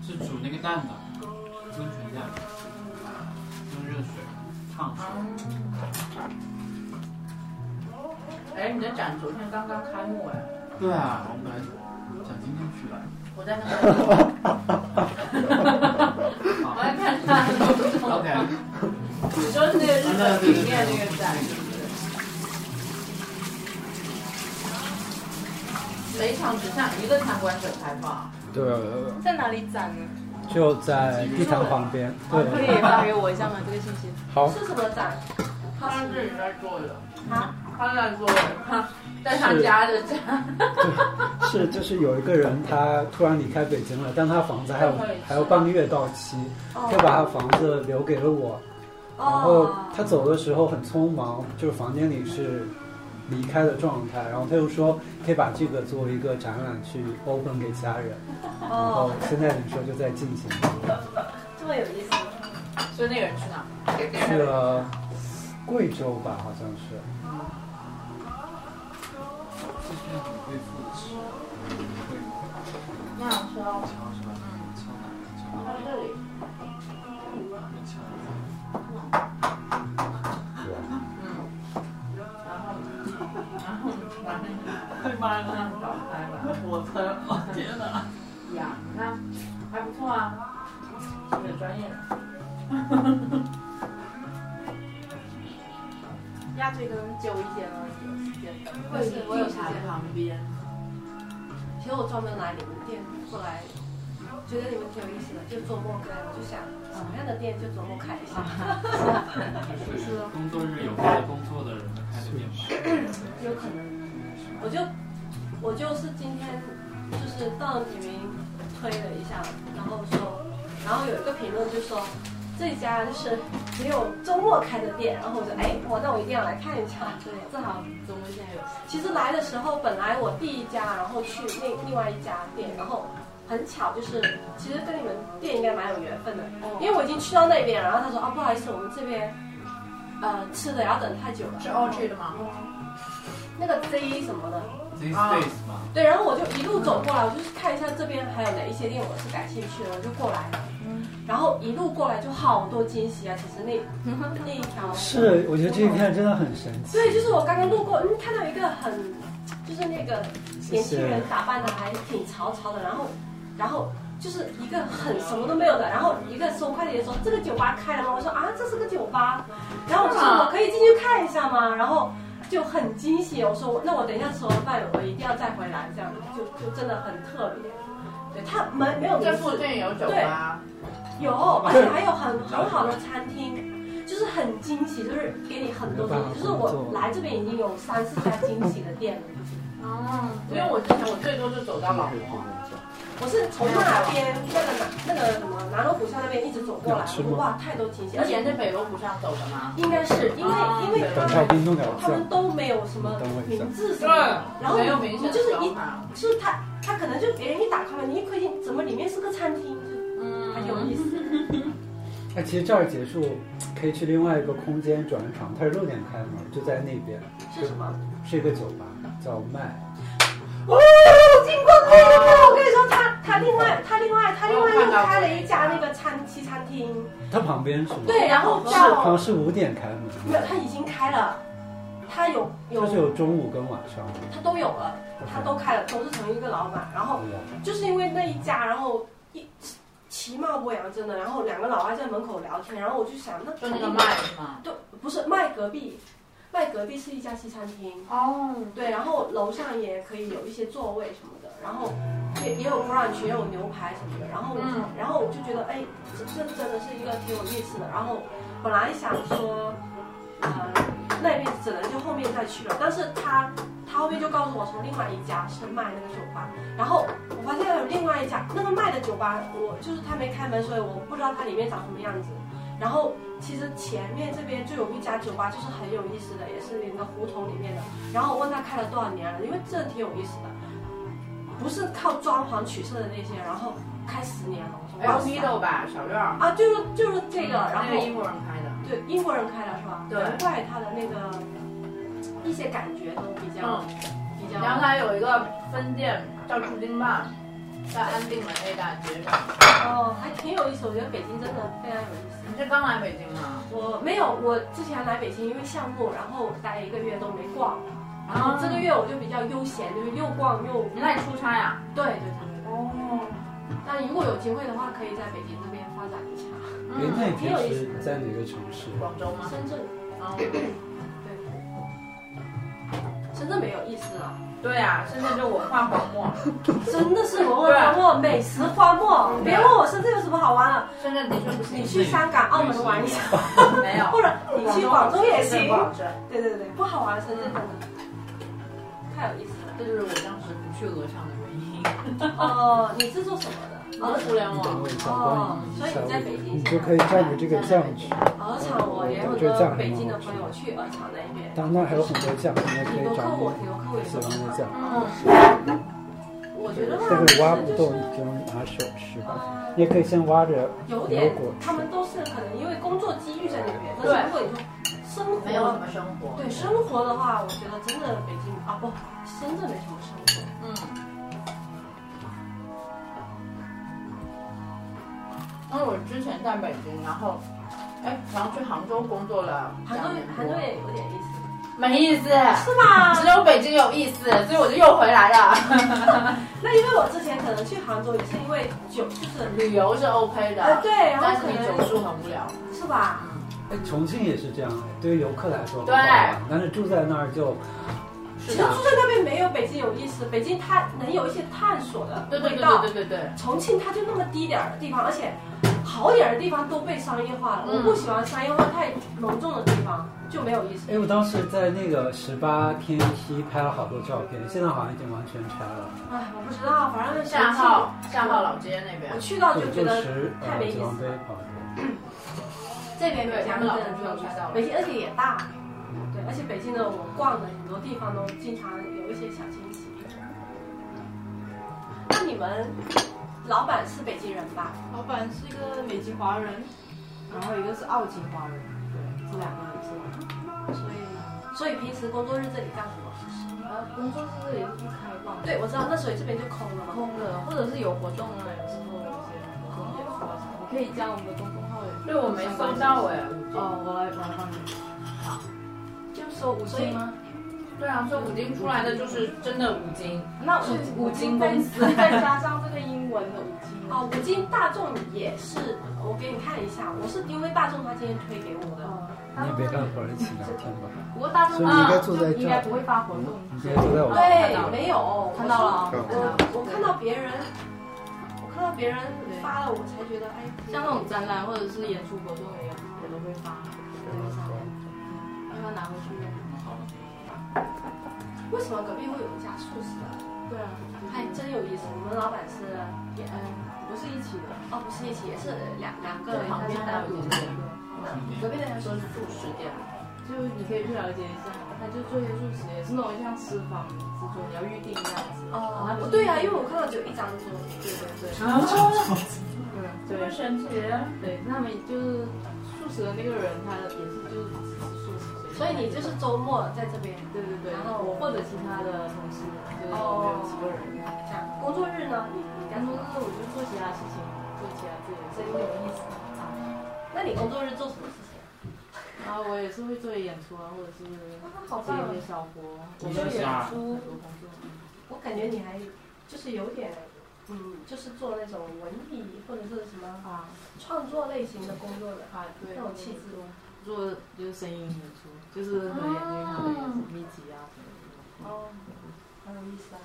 是煮那个蛋的，温泉蛋，用热水烫熟。哎，你的展昨天刚刚开幕哎，对啊，我们本来想今天去的。我在那 个，我在看 他的活动 OK，你说是那个日本平面那个展，是不是？每一场只向一个参观者开放。对，在哪里展呢？就在地坛旁边。哦可对，以发给我一下吗？这个信息。好，是什么展？嗯他是自己在做的，啊，他在做的，他在他家的展。 是就是有一个人他突然离开北京了，但他房子还有还有半个月到期，哦他把他房子留给了我。然后哦，他走的时候很匆忙，就是房间里是离开的状态。然后他又说可以把这个作为一个展览去 open 给其他人。然后哦，现在你说就在进行，这么有意思。所以那个人去哪？去了贵州吧，好像是。这是很贵妇的吃，贵吗？那想说敲是吧？敲哪？到敲哪里？这里，敲嗯，然后，然后把那个妈妈搞开了。我操！天哪！呀，你看，还不错啊，挺专业的。压腿可能久一点了，有时间的。会是我有茶旁边，其实我专门来你们店，后来觉得你们挺有意思的，就周末开，我就想什么样的店就周末开一下。就是工作日有在工作的人开的店吧？有可能。我就我就是今天就是到你们推了一下，然后说，然后有一个评论就说这家就是只有周末开的店，然后我说哎，我那我一定要来看一下，对，正好周末现在有。其实来的时候，本来我第一家，然后去另另外一家店，然后很巧，就是其实跟你们店应该蛮有缘分的，因为我已经去到那边，然后他说啊，不好意思，我们这边呃吃的要等太久了，是 Orchard 吗？那个 Z 什么的，这 space 嘛，对，然后我就一路走过来，我就是看一下这边还有哪一些店我是感兴趣的，我就过来了。然后一路过来就好多惊喜啊！其实那那一条是，我觉得这一片真的很神奇。对，就是我刚刚路过，嗯，看到一个很，就是那个谢年轻人谢。打扮的还挺潮潮的，然后，然后就是一个很什么都没有的，然后一个收快递的说这个酒吧开了吗？我说啊，这是个酒吧，然后我就说我可以进去看一下吗？然后就很惊喜，我说那我等一下吃完饭我一定要再回来，这样就就真的很特别。对他没没有在名附字近有酒吧，有，而且还有很很好的餐厅，就是很惊喜，就是给你很多东西。就是我来这边已经有三四家惊喜的店了。哦，因为我之前我最多就走到老挝，我是从那边那个南那个什么南锣鼓巷那边一直走过来，吃吗哇，太多惊喜，而而且沿着北锣鼓巷走的嘛。应该是因为啊因为等一下，我他给你弄点他们酱。都没有什么名字什对么，，然后没有明显你的就是招一牌就是他他可能就别人一打开门，你一窥见怎么里面是个餐厅，就很有意思。哎，其实这儿结束，可以去另外一个空间转场，它是六点开门，就在那边，是什么？是一个酒吧，叫麦。哦，经过过经过，我跟你说，他他另嗯外他另外他另外又开了一家那个餐西餐厅，它旁边是吗？对，啊然后是好叫像是五点开门，没有，他已经开了，他有有嗯它是有中午跟晚上。他都有了，他都开了，都是同一个老板。然后哇就是因为那一家，然后一其貌不扬，真的。然后两个老外在门口聊天，然后我就想，那就那个麦是吗？对，不是卖隔壁，卖隔壁是一家西餐厅，哦，对，然后楼上也可以有一些座位什么的，然后也也有 brunch，也有牛排什么的。然后我就、嗯然后我就觉得，哎，这这真的是一个挺有意思的。然后本来想说，呃，那边只能就后面再去了，但是他他后面就告诉我说，另外一家是卖那个酒吧，然后我发现有另外一家那个卖的酒吧，我就是他没开门，所以我不知道它里面长什么样子。然后其实前面这边就有一家酒吧，就是很有意思的，也是那个胡同里面的。然后我问他开了多少年了，因为这挺有意思的，不是靠装潢取胜的那些，然后开十年了。我说哇 L 塞 P 豆吧，小院儿，啊，就是就是这个，然后那个嗯英国人开的，对英国人开的是吧？对难怪他的那个一些感觉都比较、嗯，比较然后它有一个分店，叫驻京办，在安定门内大街上。哦，还挺有意思。我觉得北京真的非常有意思。你是刚来北京吗？我没有，我之前来北京因为项目，然后待一个月都没逛，然后这个月我就比较悠闲，就是又逛又你那里出差啊呀？对对对对。哦，嗯那如果有机会的话，可以在北京这边发展一下。哎，那嗯，你平时在哪个城市？广州吗？深圳，哦，深圳没有意思了，对啊，深圳就文化荒漠，真的是文化荒漠、美食荒漠。别问我深圳有什么好玩的，深圳的确不 行，你去香啊港、澳门玩一下，没有，或者你去广州也深圳行不。好吃。对对对，不好玩，深圳真的太有意思了。这就是我当时不去鹅厂的原因。哦，你是做什么的？我是互联网等。我想帮你所以你在北京你就可以蘸着这个酱去。鹅厂我也有很多北京的朋友去鹅厂那边，当然那儿还有很多酱，你也可挺多以客找户，你挺多客户也喜是欢的 酱。嗯，我觉得但是挖话不就动，是你就拿手吃吧。呃也可以先挖着有点，他们都是可能因为工作机遇在那边，但是如果你说生没有什活，么生活。对生活的话，我觉得真的北京啊不，深圳没什么生活。嗯。因为我之前在北京，然后，哎，然后去杭州工作了杭两州年多，杭州也有点意思，没意思，是吧？只有北京有意思，所以我就又回来了。 那因为我之前可能去杭州也是因为酒，就是旅游是 OK 呃的，对，然但后是可你酒能术很无聊。是吧？哎，重庆也是这样，哎对于游客来说很对好玩，但是住在那儿就，是其实的，住在那边没有北京有意思，北京它能有一些探索的对对味对道对。对对对，重庆它就那么低点儿的地方，而且好点儿的地方都被商业化了。嗯我不喜欢商业化太浓重的地方就没有意思。哎，我当时在那个十八天梯拍了好多照片，现在好像已经完全拆了。唉，哎我不知道，反正夏号夏号老街那边我，去到哦就对，觉就得十太呃没意九思龙碑了。旁边。这边对，北京他真们的老没师就有有意拍思到了。北京而且也大，对，而且北京的我逛的很多地方都经常有一些小惊喜。那你们老板是北京人吧？老板是一个美籍华人，然后一个是澳籍华人，对，这两个人是吧，所以所以平时工作日这里干什么？呃，工作室这里不开放，对，我知道，那所以这边就空了嘛。空的，或者是有活动呢，有时候有些活动演出啊什么，你可以加我们的公众号。对，我没搜到哎。哦，我来，我来帮你。好，就说五所以金吗？对啊，说五金出来的就是真的五金，那五金再公司再加上这个英文的五金呢。哦，五金大众也是，我给你看一下，我是因为大众他今天推给我的。哦，你也别干活，一起聊天吧。不过大众所以你应该啊坐在就应这儿该嗯不会发活动。你现在坐在我嗯旁边。对，哦没有，看到了啊，看看到哦了我我看到别人，我看到别人发了，我才觉得哎，像那种展览或者是演出活动一样，我都会发这个上面，嗯让他拿回去用。为什么隔壁会有一家素食啊？对啊，还真有意思。我们老板是也嗯，不是一起的，哦，不是一起，也是两两个对人，旁边还但有是单独一的间隔壁那家说是素食店，就你可以去了解一下，他就做一些素食，也是那种像私房制作，你要预定这样子。哦，不对啊，因为我看到只有一张桌子。对对对，嗯，这么对神奇，对，那么就是素食的那个人，他也是就是只是素食，所以你就是周末在这边对对对，然后我或者其他的同事，就是我们有几个人。这样，工作日呢，你你然干什后就是么？我就做其他事情，做其他自己的事真情。有意思。那你工作日做什么事情？然后我也是会做演出啊，或者是接啊，好棒哦！一些小活，我们是啊做很多工作。我感觉你还就是有点，嗯，就是做那种文艺或者是什么啊创作类型的工作的，啊，对，那种气质。做就是声音演出，就是和演员他们也是密集啊什么的。哦，很有意思啊。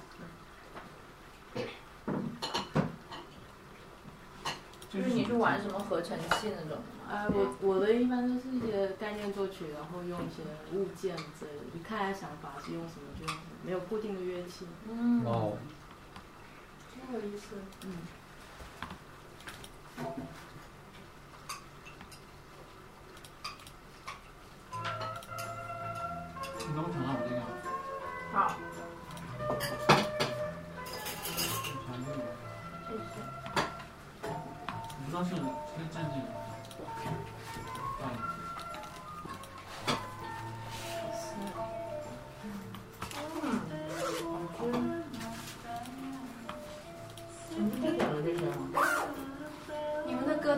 就是你去玩什么合成器那种吗？呃，我我的一般都是一些概念作曲，然后用一些物件之类的，就看他想法是用什么就用什么，没有固定的乐器。嗯哇哦，真有意思。嗯。你都不想让我这样，好，你想用我？你不知道是可以站这个吗？站着。嗯，好吃。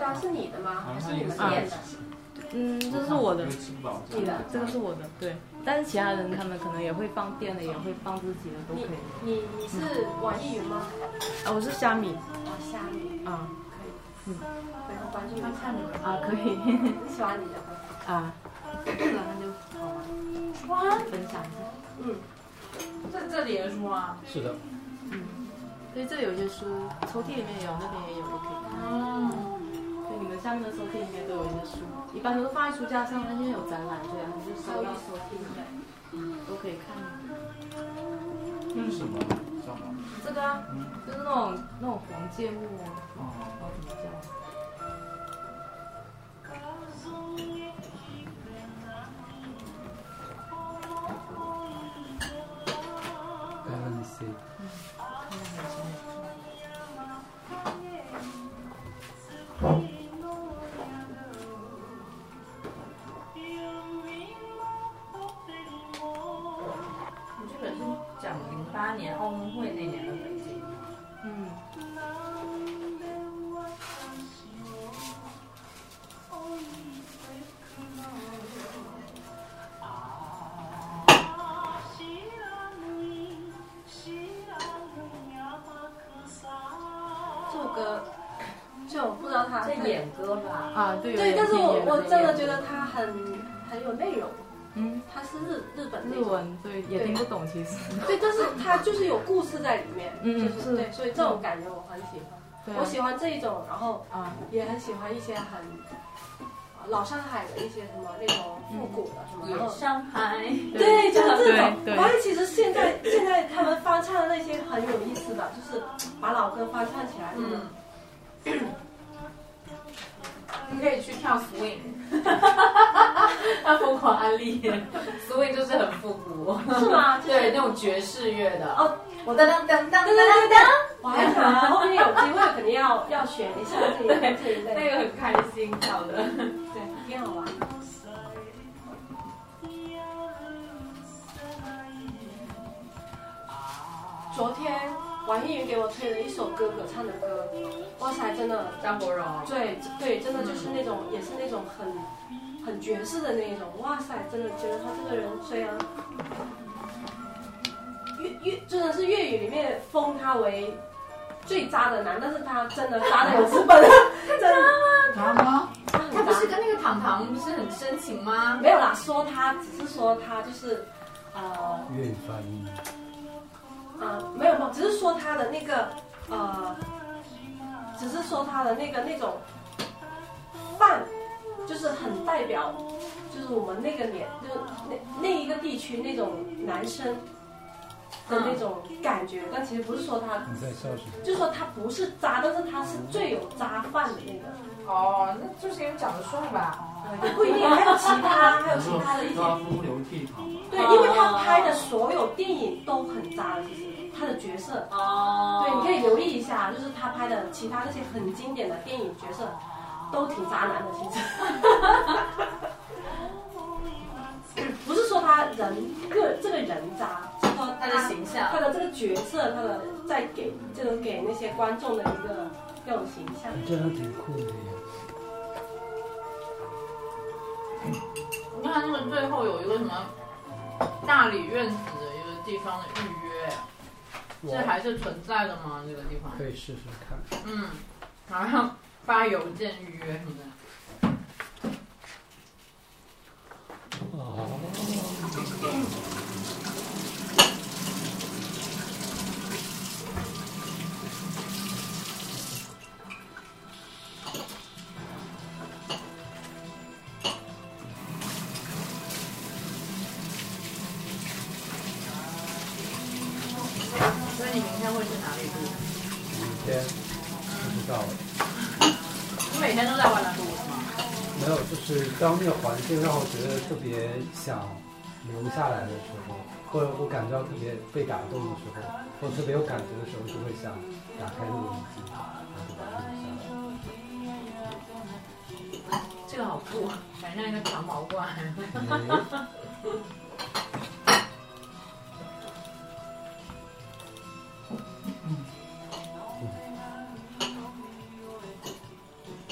刀是你的吗？还是你们啊店的？嗯，这是我的，你的。这个是我的，对。但是其他人他们可能也会放店的，也会放自己的，都可你以。你你是网易云吗？啊，我是虾米哦，虾米，啊回头关注你，看你们啊，可以喜欢你的。 啊，那就好吧哇，分享一下。嗯，这这里的书啊，是的，所以这里有一些书，抽屉里面也有，那边也有，都可以看。哦，对，你们下面的抽屉里面都有一些书，一般都是放在书架上，但现在有展览，对啊，你就还收有一到手机的，嗯都可以看。那是什么？叫什么？这个啊，就是那种那种黄芥末，哦，然后怎么叫？来问一些。你这本是讲零八年奥运会那年的北京，嗯，这首歌，就我不知道它这演歌吧？啊，对，有对，点但是偏我严我格真的觉得它很很有内容，嗯，它是日日本那日种，文对也听不懂，其实。对，但是它就是有故事在里面，嗯就是是对，所以这种感觉我很喜欢。对啊我喜欢这一种，然后啊，也很喜欢一些很呃老上海的一些什么那种复古的什么，然野后上海，对，就是这种。嗯对对 我发现其实现在现在他们翻唱的那些很有意思的，就是把老歌翻唱起来，嗯，你可以去跳 swing，他疯狂安利 swing 就是很复古，是吗？就是对，那种爵士乐的哦，我当当当当对对对当对当，，我还想后面有机会肯定要要选一下这一这一类，那个很开心跳的。对，挺好玩。昨天网易云给我推了一首哥哥唱的歌，哇塞，真的，张国荣，对对，真的就是那种，也是那种很很爵士的那一种，哇塞，真的觉得他这个人虽然粤粤真的是粤语里面封他为最渣的男，但是他真的渣的有资本，真的他吗？他很渣他不是跟那个糖糖不是很深情吗？没有啦，说他只是说他就是，呃粤语发音，呃，没有没有，只是说他的那个呃，只是说他的那个那种范，就是很代表，就是我们那个年，就是那那一个地区那种男生的那种感觉，但其实不是说他，你在笑什么？就是说他不是渣，但是他是最有渣范的那个。哦，那就是因为长得帅吧？呃也不一定，还有其他，还有其他的一些说风流倜傥嘛。对，因为他拍的所有电影都很渣的，其实他的角色，哦对，你可以留意一下，就是他拍的其他那些很经典的电影角色，都挺渣男的，其哦实。 不是说他人个这个人渣，是说他的形象他的这个角色，他的在给这个给那些观众的一个那种形象。你这样挺酷的耶。你看那个最后有一个什么大理院子的一个地方的预约，这我还是存在的吗？这个地方？可以试试看。嗯，然后发邮件预约什么的。哦，所以你明天会去哪里录？明天不知道，你每天都在外面录是吗？没有，就是当那个环境让我觉得特别想留下来的时候，或者我感觉到特别被打动的时候，或特别有感觉的时候，就会想打开嗯录音机，然后就把它录下来。这个好酷，啊，感觉像一个长毛怪。哎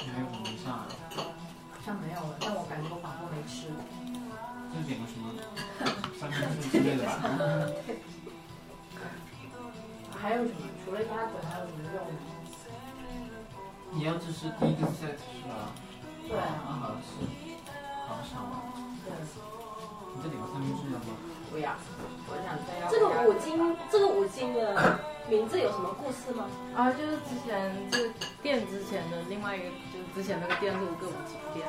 因为我们 一样就是第一个 set 是吧？对啊，啊，好像是，好像上网。对，啊你这里有三明治了吗？不要，我想大家这个五金，这个五金的名字有什么故事吗？啊，就是之前就是店之前的另外一个，就是之前那个店是五个五金店，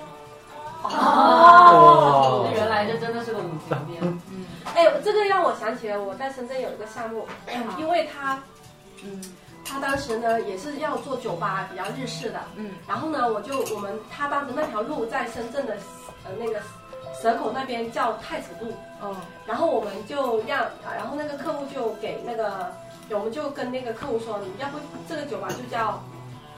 哦，原来这真的是个五金店，嗯，哎，这个让我想起了我在深圳有一个项目，因为他，嗯，他当时呢也是要做酒吧，比较日式的，嗯，然后呢，我就我们他当时那条路在深圳的呃那个蛇口那边叫太子路，哦，然后我们就让，然后那个客户就给那个，我们就跟那个客户说，你要不这个酒吧就叫，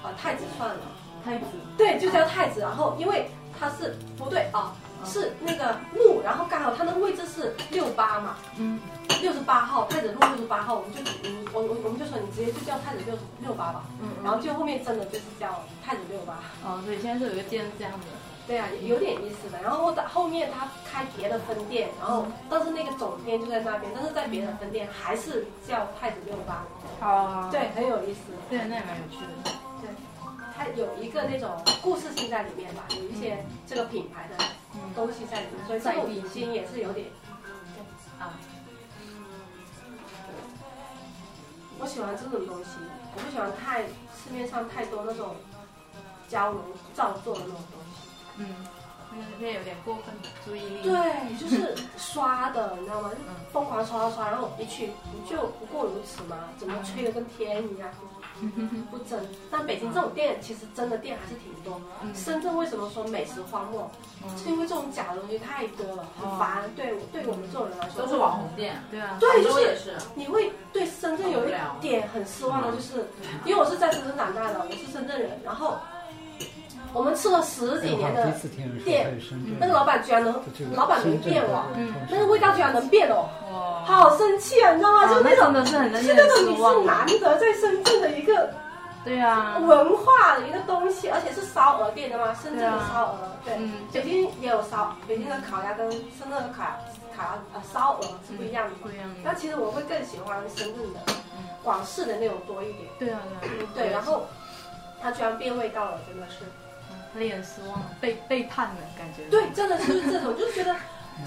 呃太子算了，太子，对，就叫太子。然后因为它是不对啊、嗯是那个路，然后刚好它的位置是六八嘛，嗯，六十八号太子路六十八号，我们就嗯我我我们就说你直接就叫太子六六八吧，嗯，然然后后就后面真的就是叫太子六八。哦，所以现在是有一个店是这样的，对啊，有点意思的。然后到后面他开别的分店，然后但是那个总店就在那边，但是在别的分店还是叫太子六八，好对对，很有意思。对，那也蛮有趣的，它有一个那种故事性在里面吧，有一些这个品牌的东西在里面，所以这个五金也是有点啊。我喜欢这种东西，我不喜欢太市面上太多那种矫揉造作的那种东西。嗯，那那有点过分注意力，对，就是刷的，你知道吗？就疯狂刷刷刷，然后一去不就不过如此吗？怎么吹的跟天一样？不真。但北京这种店其实真的店还是挺多。嗯深圳为什么说美食荒漠？是因为这种假的东西太多了，很烦。对，对我们这种人来说都是网。红店，对啊，对，就我也是是，你会对深圳有一点很失望的，就是因为我是在深圳长大的，我是深圳人，然后我们吃了十几年哎我好像的第一次听人说店在深圳，那个老板居然能就这个老板没深圳变的哦这个嗯那个味道居然能变哦，哇，好生气啊，你知道吗？啊就那那种种，的是很让就人那种失你是望的，难得在深圳的一个对啊，文化的一个东西，而且是烧鹅店的嘛，深圳对的啊烧鹅，对，嗯，北京也有烧，北京的烤鸭跟深圳的烤鸭烤鸭呃烧鹅是不一样的嘛不。一样那的，其实我会更喜欢深圳的广式的那种多一点，对啊，对啊，嗯对，然后它居然变味道了，真的是，有点失望，被背叛了感觉，对，真的是这种，就觉得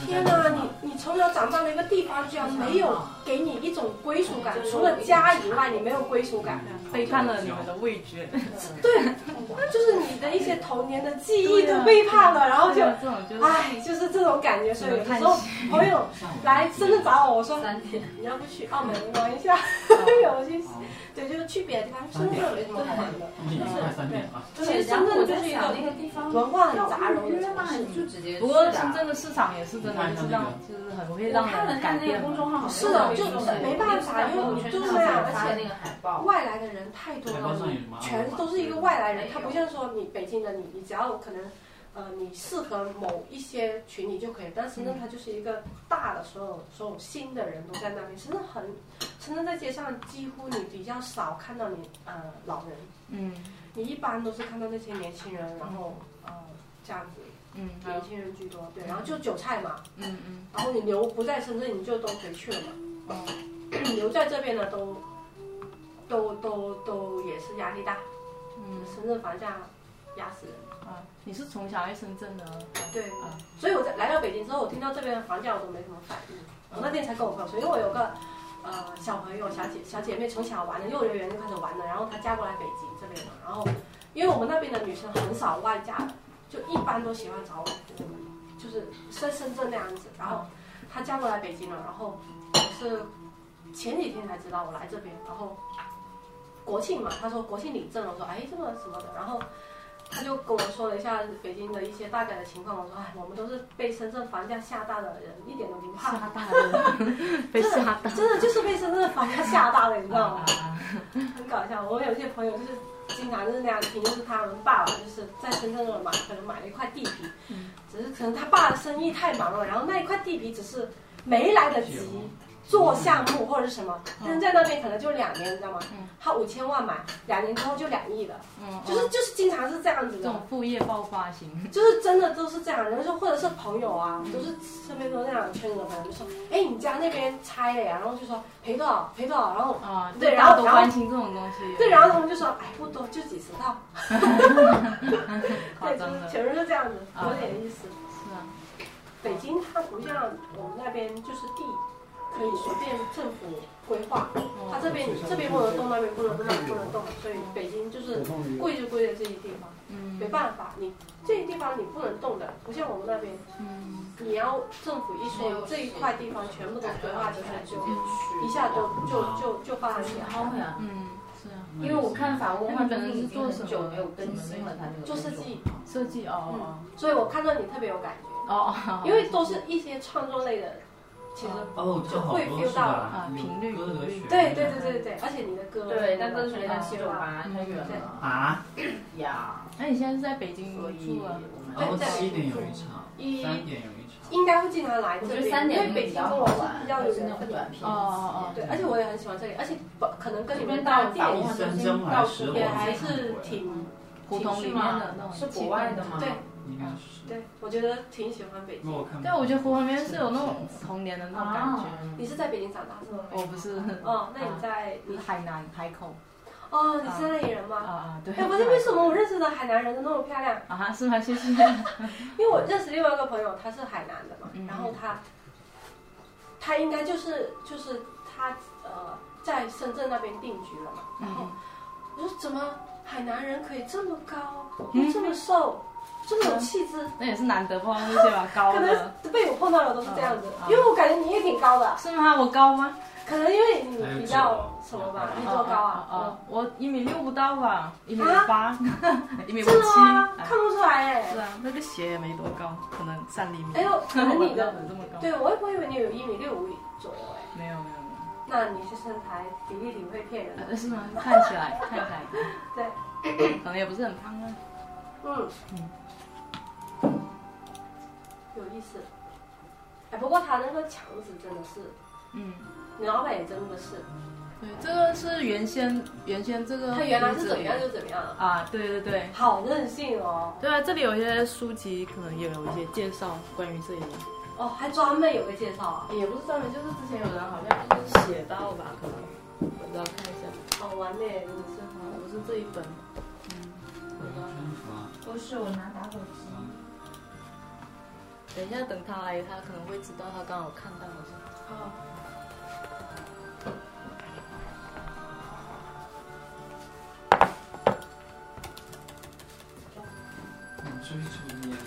天哪，你你从小长大的一个地方，居然没有给你一种归属感，除了家以外，你没有归属嗯感。背叛了你们的味觉， 对，就是你的一些童年的记忆都背叛了，然后就对，啊这种就是唉，就是这种感觉。所以有的时候朋友 来深圳找我，我说三天，你要不去澳门玩一下？ 我去，对，就是去别的地方，深圳没什么好玩嗯的。一点快三点啊！其实深圳就是一想啊那个个地方文化很杂糅的城市你。就直接啊不过深圳的市场也是真的，就是让就是很会让看了人改看那个变。公众号，是的就是没办法因为我们就是啊那样发的那个海报，外来的人太多海报了，上有什么？啊全都是一个外来人，他不像说你北京人，你你只要可能，呃，你适合某一些群体就可以。但深圳它就是一个大的，所有所有新的人都在那边。深圳很，深圳在街上几乎你比较少看到你呃老人，嗯你一般都是看到那些年轻人，然后呃这样子，嗯，还有年轻人居多。对，然后就韭菜嘛，嗯嗯然后你留不在深圳，你就都回去了嘛。 留在这边的都，都都都也是压力大。嗯深圳房价压死人。啊，你是从小在深圳 的啊，对，所以我在来到北京之后，我听到这边的房价我都没什么反应。我那天才跟我朋友说，因为我有个呃小朋友小姐小姐妹从小玩的幼儿园就开始玩的，然后她嫁过来北京这边嘛，然后因为我们那边的女生很少外嫁的，就一般都喜欢找我们，就是在深圳那样子。然后她嫁过来北京了，然后我是前几天才知道我来这边，然后国庆嘛，她说国庆领证了，我说哎这么什么的，然后。他就跟我说了一下北京的一些大概的情况，我说，哎，我们都是被深圳房价吓大的人，一点都不怕，吓大了，被吓到真的就是被深圳的房价吓大的，你知啊道吗？很搞笑。我有些朋友就是经常就是那样听，就是他们爸爸就是在深圳买，可能买了一块地皮，嗯只是可能他爸的生意太忙了，然后那一块地皮只是没来得及做项目或者是什么，嗯但是在那边可能就两年，你知道吗？他五千万买，两年之后就两亿了，嗯，就是就是经常是这样子这的种，副业爆发型，就是真的都是这样，然后就或者是朋友啊，都是身边都这样，圈子的朋友就说，哎，你家那边拆了呀，然后就说赔多少赔多少，然后 啊，对大家然后都然后关心这种东西，对，然后他们就说，哎，不多，就几十套，夸张的，对，就是是全都是这样子，啊有点意思。啊，北京它不像我们那边就是地可以随便政府规划，哦它这边这边不能动，那边不能动，那边不能动，所以北京就是贵就贵在这些地方，嗯，没办法，你这些地方你不能动的，不像我们那边，嗯，你要政府一说这一块地方全部都规划起来，就一下就就就就发展起来。超会啊！嗯，是啊，因为我看法国文化中心已经很久没有更新了，它那个做设计，设计哦所以我看到你特别有感觉，哦哦，因为都是一些创作类的，其实哦，这好会多 feel 是到吧啊？频率有歌和频率旋律对对对对对，而且你的歌对，但都是啊那七九八太远了啊，呀，那你现在是在北京所以住啊？然后对对七点有一场，一三点有一场，应该会经常来这我觉边，得三因点为北京跟好我是玩，比较有就是那缘种分。短片。哦哦对，而且我也很喜欢这里，而且不可能跟你这们边到到电法影国三中针心还到是处也我还看是过挺胡同里面的那种是国外的吗？对应该是。对，我觉得挺喜欢北因为京。我看对，我觉得胡同里面是有那种童年的那种感觉。啊，你是在北京长大是吗？我不是，嗯 啊哦，那你在你你海南海口哦，你是那里人啊吗？啊，嗯对。哎，我发现为什么我认识的海南人都那么漂亮？啊？是吗？谢谢。因为我认识另外一个朋友，他是海南的嘛嗯，然后他他应该就是就是他呃在深圳那边定居了嘛，然后嗯，我说怎么海南人可以这么高，嗯又这么瘦，这么有气质？那也是难得碰到这些吧，嗯高可的。能被我碰到的都是这样子啊，因为我感觉你也挺高的，是吗？我高吗？可能因为还你有比脚较什么吧，你多高哦啊？哦，我一米六不到吧，一米六八，一米真五的七。吗？哎看不出来是哎。啊，那个鞋也没多高，可能三厘米。哎呦，可能你的我没有这么高。对我也不以为你有一米六五左右哎，没有没有没有。那你是身材比例挺会骗人的。呃是吗？看起来看起来， 对，可能也不是很胖啊。嗯嗯，有意思。哎，不过他那个墙纸真的是，嗯，你老板也真的是，对，这个是原先原先这个他原来是怎么样屋子就怎么样了里，啊？对对对。好任性哦。对啊，这里有一些书籍，可能也有一些介绍关于这里。哦，还专门有个介绍啊。也不是专门，就是之前有人好像就是写到吧，可能我不知道看一下，好玩呢，哦真的是。啊不是这一本，嗯，我我不知道真的啊吗？不是我拿打火机。等一下等他来，他可能会知道他刚好看到了。哦。我嗯追抽烟，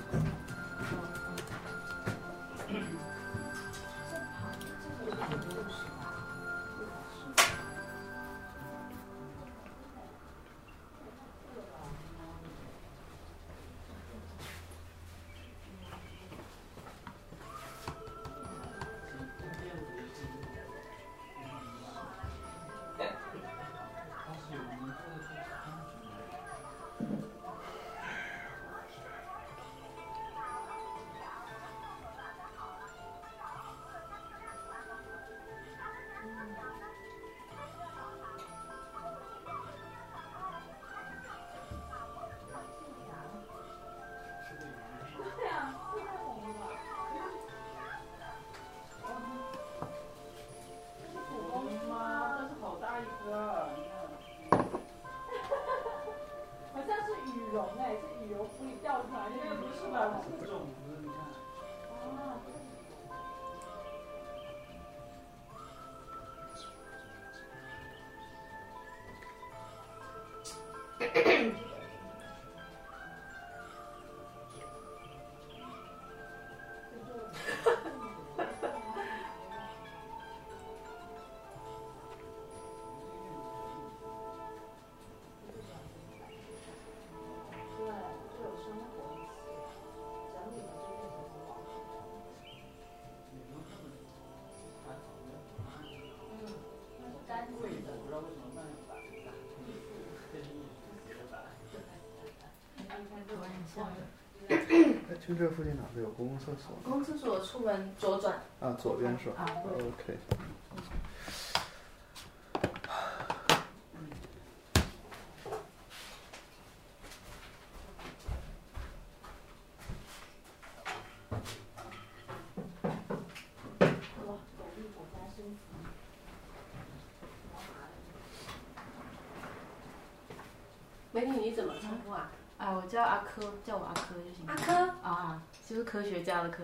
哎它是有一个好像是羽绒哎，是羽绒服里掉出来的，那个不是吧？哎，就这附近哪个有公共厕所？公共厕所出门左转啊，左边是啊，吧？OK，美女你怎么称呼啊？哎啊，我叫阿珂，叫我阿珂就行。阿珂，啊，就是科学家的科。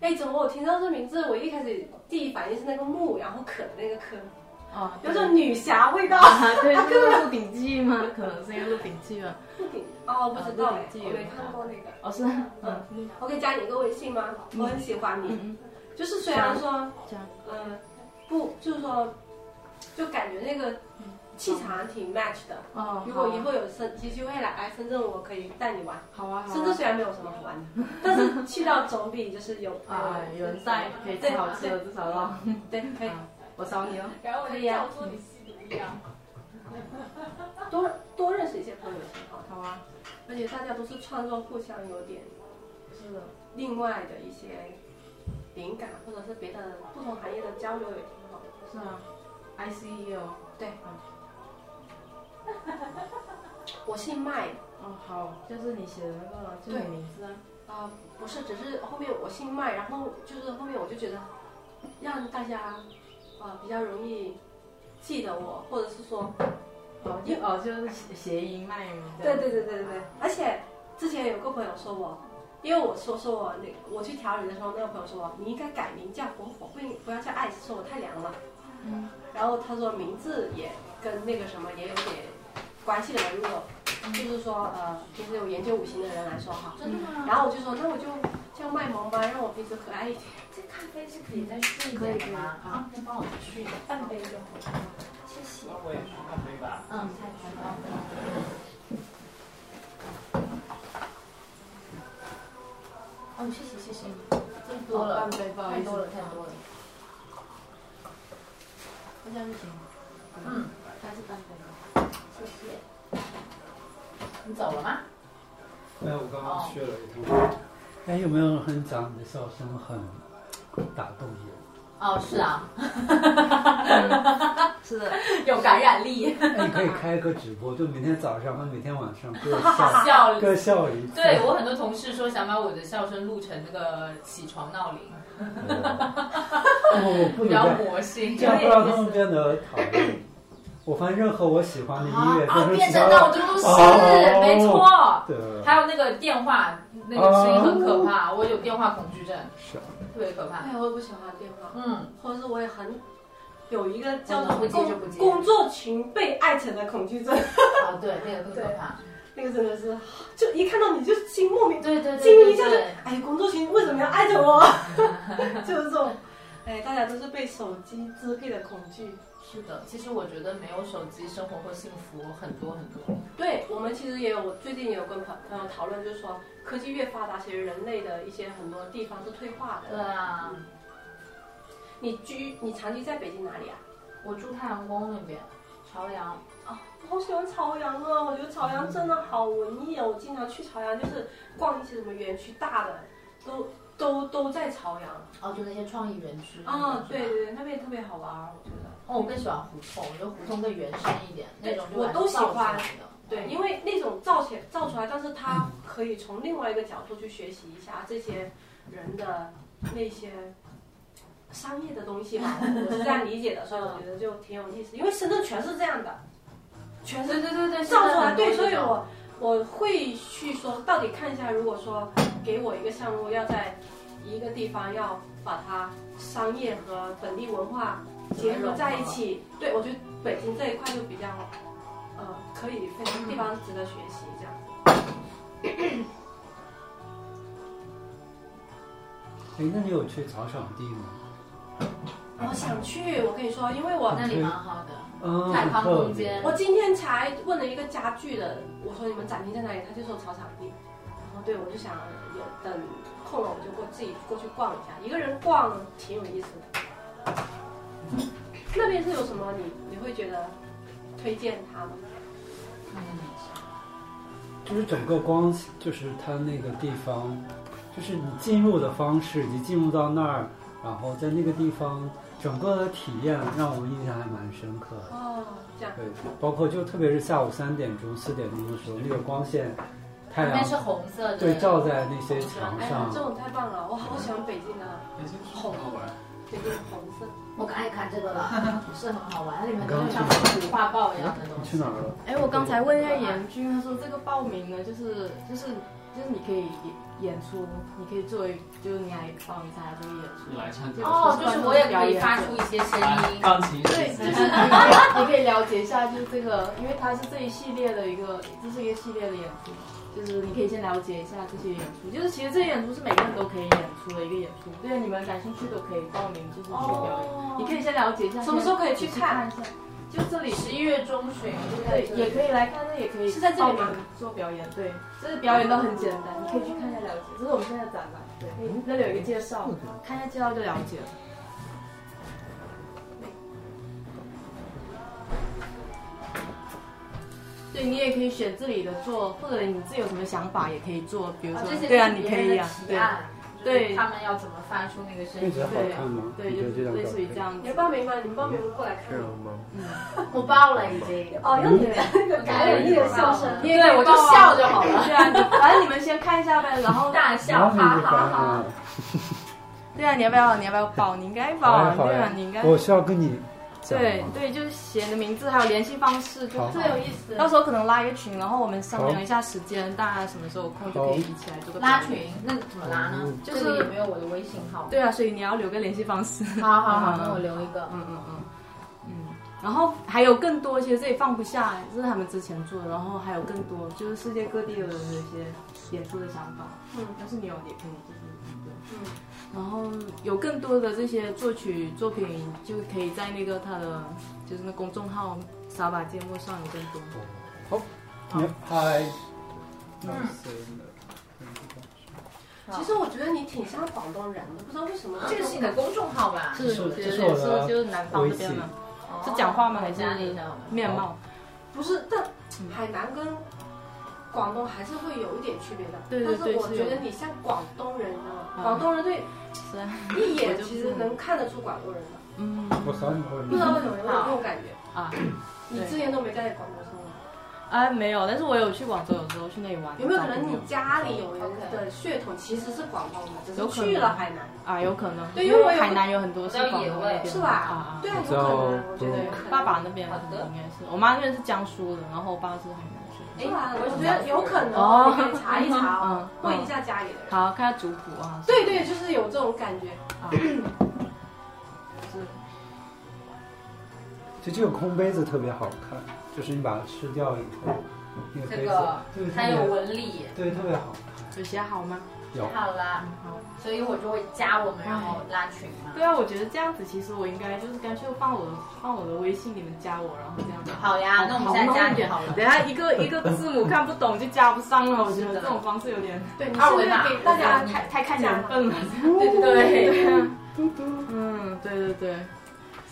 哎，怎么我听到这名字，我一开始第一反应是那个木，然后可的那个可，哦，有种女侠味道。啊，对，是因为《鹿鼎记》吗？可能是因为《鹿鼎记》吧。哦，不知道哎，啊我没看过那个。哦，是啊，嗯嗯，我可以加你一个微信吗？我很喜欢你。嗯就是虽然说，加嗯，不，就是说，就感觉那个气场还挺 match 的。嗯，哦，如果以后有深有机会来来深圳，我可以带你玩。好啊，好深啊圳虽然没有什么好玩的，但是去到总比就是有好啊，有人带可以吃好吃的，至啊少让对，可以我找你哦。然后我可就以啊叫做你吸毒一样。多多认识一些朋友挺好的。好啊，而且大家都是创作，互相有点是的，另外的一些灵感，或者是别的不同行业的交流也挺好的。是啊，ICE 哦。我姓麦哦，好，就是你写的那个，就对你名字啊。啊、不是，只是后面我姓麦，然后就是后面我就觉得让大家啊、比较容易记得我，或者是说，呃哦，就哦，就是谐谐音卖名。对对对对对对，而且之前有个朋友说我。因为我说说我那我去调理的时候，那个朋友说我你应该改名叫火火，不应不要叫爱，说我太凉了。嗯。然后他说名字也跟那个什么也有点关系的嘛，如果就是说呃平时有研究五行的人来说哈，真的吗？然后我就说那我就叫卖萌吧，让我鼻子可爱一点。这咖啡是可以再续一点的吗？啊，能帮我续半杯就好了。谢谢。那我也去看杯吧。嗯，太知道了。嗯哦，谢谢谢谢，这多哦了，哦半杯，不好太意思，多了太多了。那这样就 行。嗯， 还是半杯吧。谢谢。你走了吗？哎，我刚刚去了一趟。哎，有没有很讲你的笑声很打动人？哦，是啊，是的，有感染力，哎，你可以开一个直播，就明天早上和每天晚 上各笑笑各笑一次。对我很多同事说想把我的笑声录成那个起床闹铃，我我不能比较这样，魔性，这样会让他们变得讨厌。我发现任何我喜欢的音乐啊都是变其成他闹钟师，哦没错。对，还有那个电话，那个声音很可怕，我有电话恐惧症，是啊，特别可怕。哎，我也不喜欢电话，嗯，或者是我也很有一个叫做不接就不工接工作群被爱成的恐惧症，啊，对，那个更可怕。那个真的是，就一看到你就心莫名对对心对对里就对是，，哎，工作群为什么要爱着我？ 就是这种， 哎，大家都是被手机支配的恐惧。是的。其实我觉得没有手机，生活会幸福很多很多。对我们其实也有，我最近也有跟朋朋友讨论，就是说科技越发达，其实人类的一些很多地方是退化对的。啊，你居你长期在北京哪里啊？我住太阳宫那边，朝阳。我好喜欢朝阳啊！我觉得朝阳真的好文艺啊！我经常去朝阳，就是逛一些什么园区大的，都都都在朝阳。哦，就那些创意园区。啊、是吧对对对，那边特别好玩儿，我觉得。哦，我更喜欢胡同，我觉得胡同更原生一点，那种就我都喜欢还是造出来的。嗯对，因为那种造起来造出来，但是它嗯可以从另外一个角度去学习一下这些人的那些商业的东西吧，我是这样理解的，所以我觉得就挺有意思。因为深圳全是这样的，全是对对对对，造出来，现在很多对，所以这种我我会去说，到底看一下，如果说给我一个项目，要在一个地方要把它商业和本地文化结合在嗯一起，对我觉得北京这一块就比较，呃，可以非常地方值得学习这样。哎，那你有去草场地吗？我想去，我跟你说，因为我那里蛮好的。嗯，太很康特空别。间，我今天才问了一个家具的，我说你们展厅在哪里，他就说草场地。然后对我就想有等空了我就过自己过去逛一下，一个人逛挺有意思的。那边是有什么你你会觉得推荐它吗？就是整个光，就是它那个地方，就是你进入的方式，以及进入到那儿，然后在那个地方整个的体验，让我印象还蛮深刻的。哦，这样对，包括就特别是下午三点钟、四点钟的时候，那个光线，太那边阳是红色的，对照在那些墙哎呀，上这，种太棒了，我好喜欢北京啊！北京是好玩，这个红色，我可爱看这个 了，是很好玩，里面我都刚刚是像图画报一样的东你西。去哪儿了？哎，我刚才问一下严军，他说这个报名呢，就是就是就是你可以演出，你可以作为就是你来报名参加这个演出你。来唱歌。哦，就是我也可以发出一些声音。钢琴对， 就是你可以你可以了解一下，就是这个，因为它是这一系列的一个，这是一个系列的演出，就是你可以先了解一下这些演出，就是其实这些演出是每个人都可以演出的一个演出，对你们感兴趣都可以报名，就是去表演。你可以先了解一下，哦什么时候可先以去仔细看看一下？就这里十一月中旬就在对，这里也可以来看，那也可以是在这里吗报名做表演，对，就是表演都很简单，你可以去看一下了解。这是我们现在的展览，对，那里有一个介绍，看一下介绍就了解了。对你也可以选这里的做，或者你自己有什么想法也可以做，比如啊说，这些对啊，是你别可人以的呀、提对案，对就是他们要怎么发出那个声那音觉？得好看吗？对你觉得这张对，就类照似于片这？样你子们。报名吗？你们报名过来看这样吗？吗？我报了已经。 哦，用你的那个感染力的笑声，哦你也可以对我就报啊笑就好了对啊，你反正你们先看一下呗，然后大然笑，啊后你哈就哈感啊哈染。了。对啊，你要不要？你要不要报？你应该报好啊呀，好对啊呀，你应该。我需要跟你讲对吗？对，就是写你的名字，还有联系方式，就好这最有意思。到时候可能拉一个群，然后我们商量一下时间，大家什么时候有空就可以一起来做个拉表演。群，那怎么拉呢？就就是是也没有我的微信号。对啊，所以你要留个联系方式。好好好，那我留一个。嗯嗯嗯嗯。然后还有更多，其实这里放不下，这是他们之前做的，然后还有更多，就是世界各地的人的一些演出的想法。嗯要是你有，也可以就是对。嗯。然后有更多的这些作曲作品，就可以在那个他的就是那公众号“撒把芥末”上有更多。你嗨，啊其实我觉得你挺像广东人的，不知道为什么。这个是你的公众号吧？是是这是是我的是就是南方这边嘛，是讲话吗？还是加你一下好吗？面貌？不是，但海南跟广东还是会有一点区别的。对对对但是我是有觉得你像广东人，你知道吗？嗯广东人对 是啊，我一眼就其不实是能看得出广东人的，嗯我想你不知了。道为什么有这种感觉。啊你对之前都没在广东生活，啊没有，但是我有去广州，有时候去那里玩。有没有可找能朋你友家里有人的血统其实是广东的，只嗯有是可能去了海南，啊？有可能，对因因为我有海南有很多是广我知道东野那味边是吧？啊啊，对啊，有叫可能啊，我觉得对有可，能爸爸那边好的应该是，我妈那边是江苏的，然后我爸是海南的。是吧？哎我觉得有可能，哦你可以查一查哦，嗯问一下家里的人。好，看下族谱啊。对对，就是有这种感觉。是就这个空杯子特别好看，就是你把它吃掉以后，那个杯子，对，特还有别，纹理，对，特别好。有写好吗？有好啦，嗯好。所以我就会加我们，然后拉群嘛。对啊，我觉得这样子，其实我应该就是干脆放我的放我的微信，你们加我，然后这样子。好啊呀，那我们现在加你好了。等一下一个一个字母看不懂就加不上了，我觉得这种方式有点对，你二是不维是码给大家太太看缘缘分了。哦对对对对。嗯，对对对，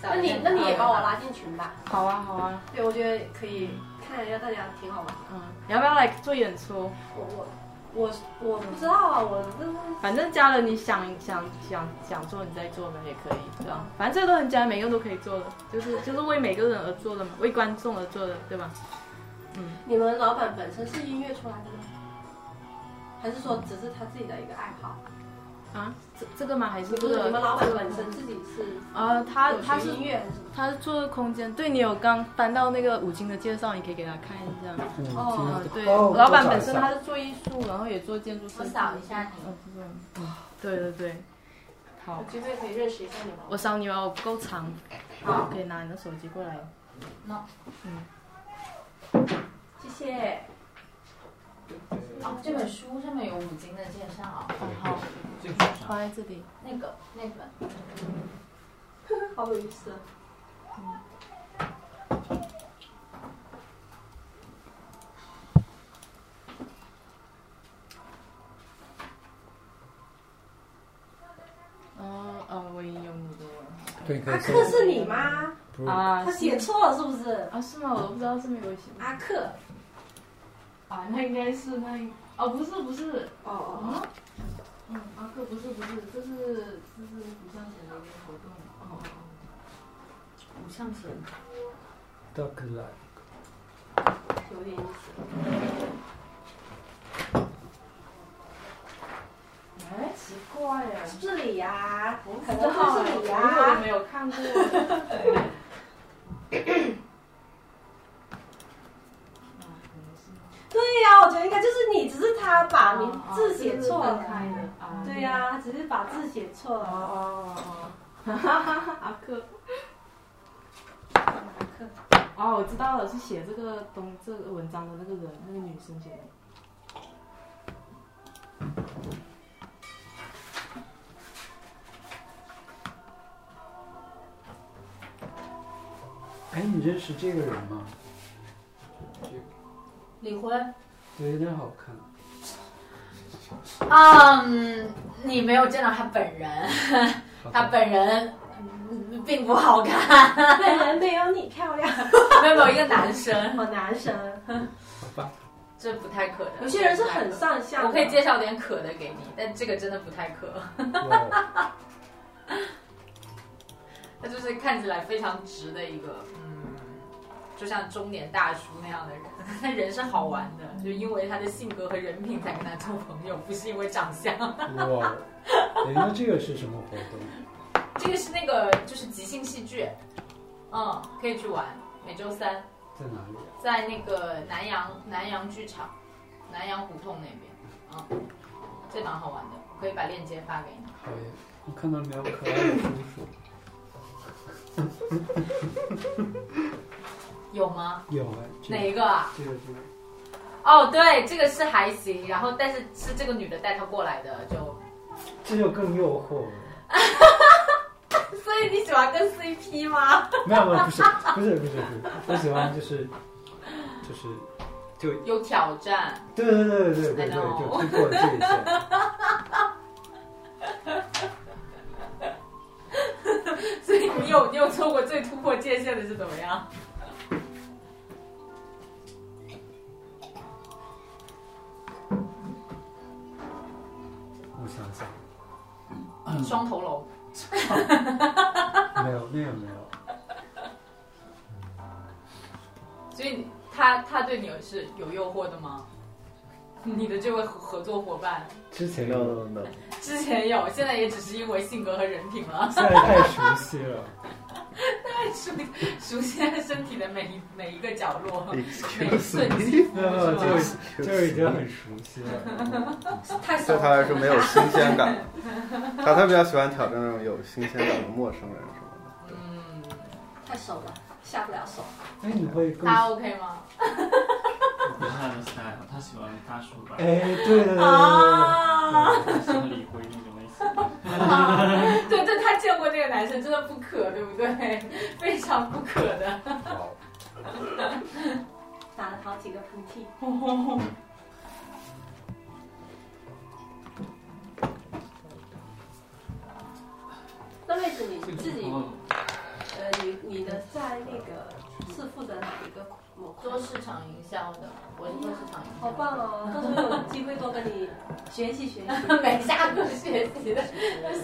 那你那你也把我拉进群吧。好啊好啊，对，我觉得可以看一下大家挺好玩。嗯，你要不要来做演出？我我我我不知道啊，我这是反正加了你想想想想做你再做呗，也可以，对吧？反正这都很简单，每个人都可以做的，就是就是为每个人而做的嘛，为观众而做的，对吧？你们老板本身是音乐出来的吗？还是说只是他自己的一个爱好？啊，这这个吗？还是你这不是个？你们老板本身自己是啊，他有学他是音乐还是什么？他是做空间，对你有刚翻到那个五金的介绍，你可以给他看一下。嗯，哦，对，哦我老板多找一本身下他是做艺术，然后也做建筑设我计。扫一下你。嗯，不是嗯对对对，好有，机会可以认识一下你们。我扫你吧，我不够长，好，可以拿你的手机过来。哦谢谢。哦，这本书上面有五金的介绍，哦，好，这个放在这里。那个那本好有意思。啊哦，呃，我也有你的对，可阿以搜克是你吗？不是了啊他写错了是不是？啊，是吗？我都不知道是没有写阿克。啊，那应该是那应哦，不是不是，哦啊，哦。嗯，阿克不是不是，这是这是不像写的一个活动。哦哦不像写 Duck Life。有点意思。哎，奇怪呀，这里呀、哎不啊可能就是你呀、看 啊过。对呀、我觉得应该就是你，只是他把啊名字写错了。对呀、只是把字写错了。 哦哈哈哈哈阿克，哦，我知道了，是写这个东这个文章的那个人，那个女生写的。哎，你认识这个人吗？离婚？对，有点好看。嗯，你没有见到他本人，他本人嗯并不好看，本人没有你漂亮。没有没有一个男生，我男神， 这不太可能。有些人是很上相的。我可以介绍点可的给你，但这个真的不太可。他就是看起来非常直的一个，嗯，就像中年大叔那样的人。但人 是好玩的，就因为他的性格和人品才跟他做朋友，不是因为长相。哇，哎，那这个是什么活动？ 这个是那个就是即兴戏剧，嗯，可以去玩，每周三在哪里？在那个南洋南洋剧场，南洋胡同那边，嗯，这蛮好玩的，我可以把链接发给你。好耶！我看到没有可爱的叔叔？有吗？有哎，这哪一个啊？这个这个，哦，对，这个是还行，然后但是是这个女的带他过来的，就这就更诱惑了。所以你喜欢跟 CP 吗？没有没有，不是不是不是不是，我喜欢就是就是就有挑战，对对对对对对对，就突破这一切。所以你有你有做过最突破界限的是怎么样？我想想，双头龙，没有那个没有，所以你他他对你是有诱惑的吗？你的这位合合作伙伴之前 no 有， no no，之前有，现在也只是因为性格和人品了， 现在太熟悉了。太熟熟悉了身体的每一每一个角落，哎每一 Excuse 寸 me，没有没有， 就就已经很熟悉了。太熟对了他来说没有新鲜感，他特别喜欢挑战那种有新鲜感的陌生人什么的。嗯，太熟了，下不了手。哎，你会更他 OK 吗？不是他的 style，他喜欢大叔吧， 哎，对对对对对啊，他喜欢李辉那种类型。对对，他见过这个男生真的不可，对不对？ 非常不可的。对，好打了好几个喷 嚏。那妹子你自己呃，你你的在那个是负责哪一个模块？做市场营销的，我是做市场营销的。好棒哦！到时候有机会多跟你学习学习。 没下过学习的，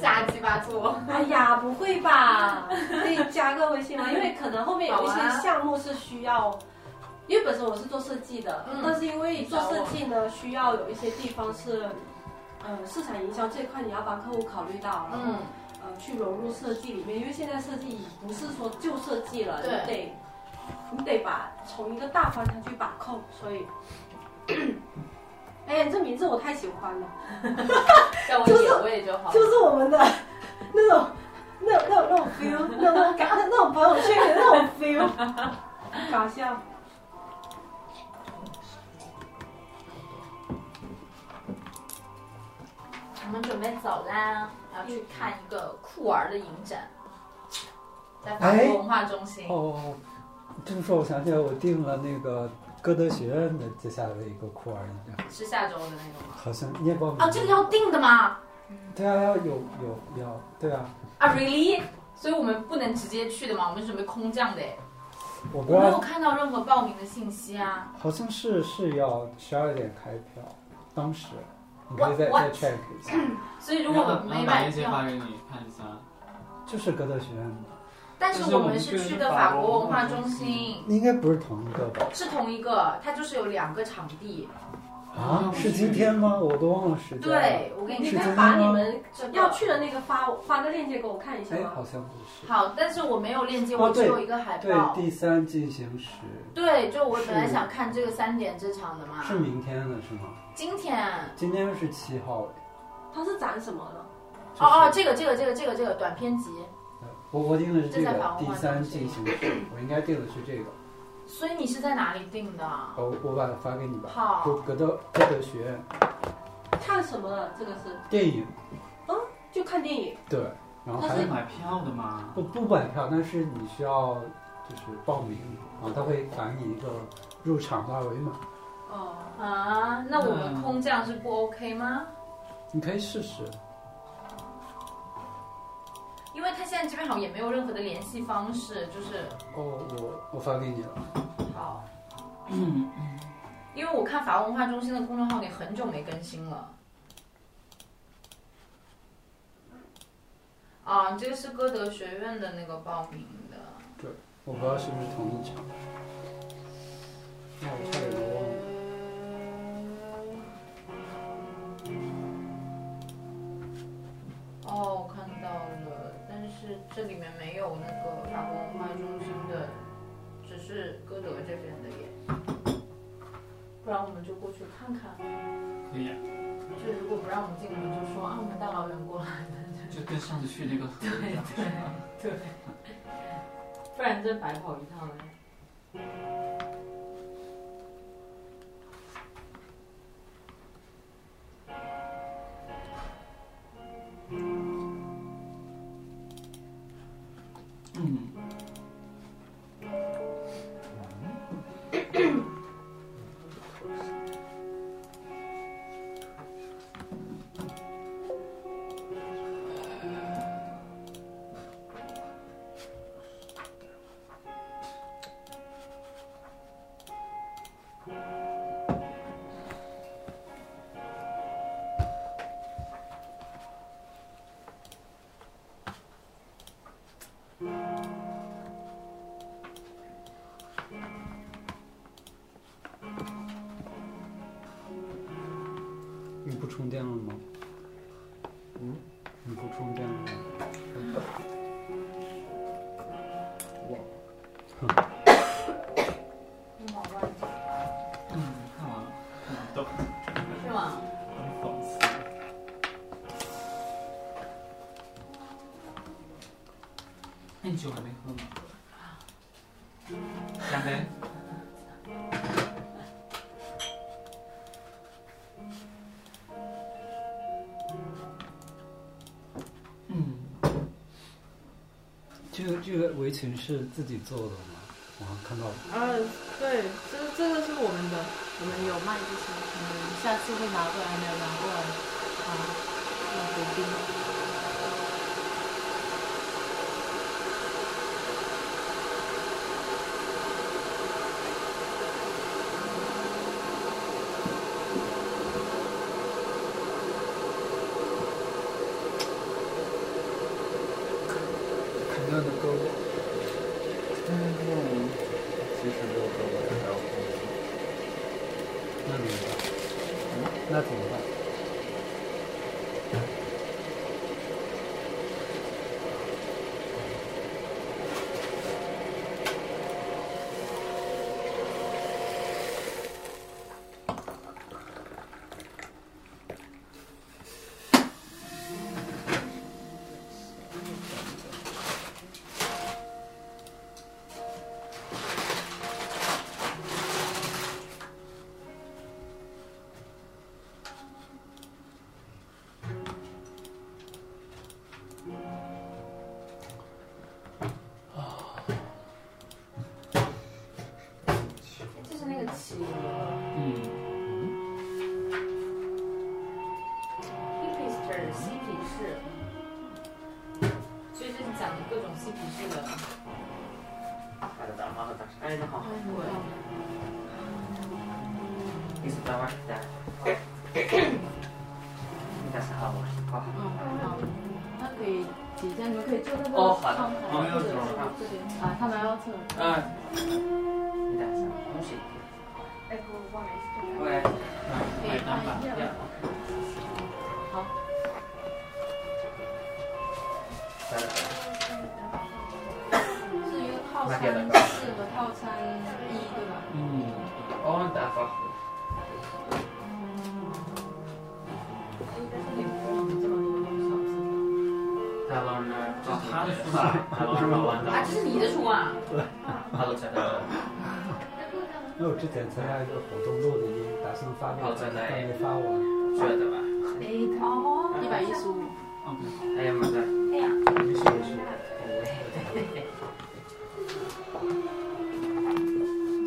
瞎鸡巴做。哎呀，不会吧？可以加个微 信吗？因为可能后面有一些啊项目是需要，因为本身我是做设计的，嗯但是因为做设计呢，需要有一些地方是，呃，市场营销这一块你要帮客户考虑到，然后、嗯，呃去融入设计里面，因为现在设计已不是说就设计了，你对得你得把从一个大方向去把控，所以。哎呀，你这名字我太喜欢了，叫我姐我也就好了。就是我们的那种、那种、那种、那种 feel，那种那种感、那那种朋友圈的那种 feel，搞笑。我们准备走啦，然后去看一个酷玩的影展，在法国文化中心。哦，这么说我想起来，我订了那个歌德学院的接下来的一个酷儿一样，是下周的那个吗？好像你也报名啊，这个要定的吗？对啊，要有有要对啊，啊，really？所以我们不能直接去的吗？我们是准备空降的诶，我不知我没道有看到任何报名的信息啊。好像是是要十二点开票，当时你可以再 What- 再 check 一下，所以如然果我后们没然后把买链接票，发给你看一下。就是哥德学院的，但是我们是去的法国文化中心，应该不是同一个吧？是同一个，它就是有两个场地，啊，是今天吗？我都忘了时间了。对，我给你是今看，天把吗你们要去的那个发发个链接给我看一下哎，吗？好像不是。好，但是我没有链接，哦我只对有一个海对，报。第三进行时对，就我本来是想看这个三点这场的嘛。是明天的是吗？今天。今天是七号哎。它是展什么的？哦哦，这个这个这个这个这个短片集，呃我我定的是这正在个访问第三进行时，我应该定的是这个。所以你是在哪里订的？我我把它发给你吧。哦好就格斗歌德学院看什么的？这个是，电影嗯，就看电影。对，然后它还是有买票的吗？不不买票，但是你需要就是报名，然后他会返你一个入场的二维码，哦啊，那我们空降是不 OK 吗？你可以试试。因为他现在这边好像也没有任何的联系方式，就是哦，我我发给你了。好。嗯因为我看法文化中心的公众号也很久没更新了。啊，你这个是歌德学院的那个报名的。对，我不知道是不是同一场。那我差点都忘了。哦，我看到了，但是这里面没有那个法国文化中心的，只是歌德这边的耶。不然我们就过去看看。可以啊，就如果不让我们进，我们就说啊，我们大老远过来的。就跟上次去那个合一样。对，不然这白跑一趟了。嗯，你不充电了吗？嗯，你不充电了吗？哇，你好乱讲，嗯看完了，很逗，是吗？很讽刺。那你酒还没喝吗？干杯！嗯，这个这个围裙是自己做的吗？我好像看到了。啊，对，这个这个是我们的，我们有卖这些，我们下次会拿过来，还没有拿过来啊，要补丁。肯定的够了。嗯其实没有说我还要那怎么办？那怎么办？这是那个企鹅嗯， ，hipster 嬉皮士，所以这是讲的各种嬉皮士的。那可以底下你们可以坐在这个哦好的窗台我们要或者走是了这边啊，他们要撤。哎，哎，不，忘了。哎， on that fucker. 大老人，这是他的书吧？大老人老万啊，这是你的书啊？哈喽，彩蛋。因为我之前参加一个活动录的音，打算发给好你，再来但没发完。觉得吧？哦，一百一十五，哎呀妈的！哎呀，没事没事。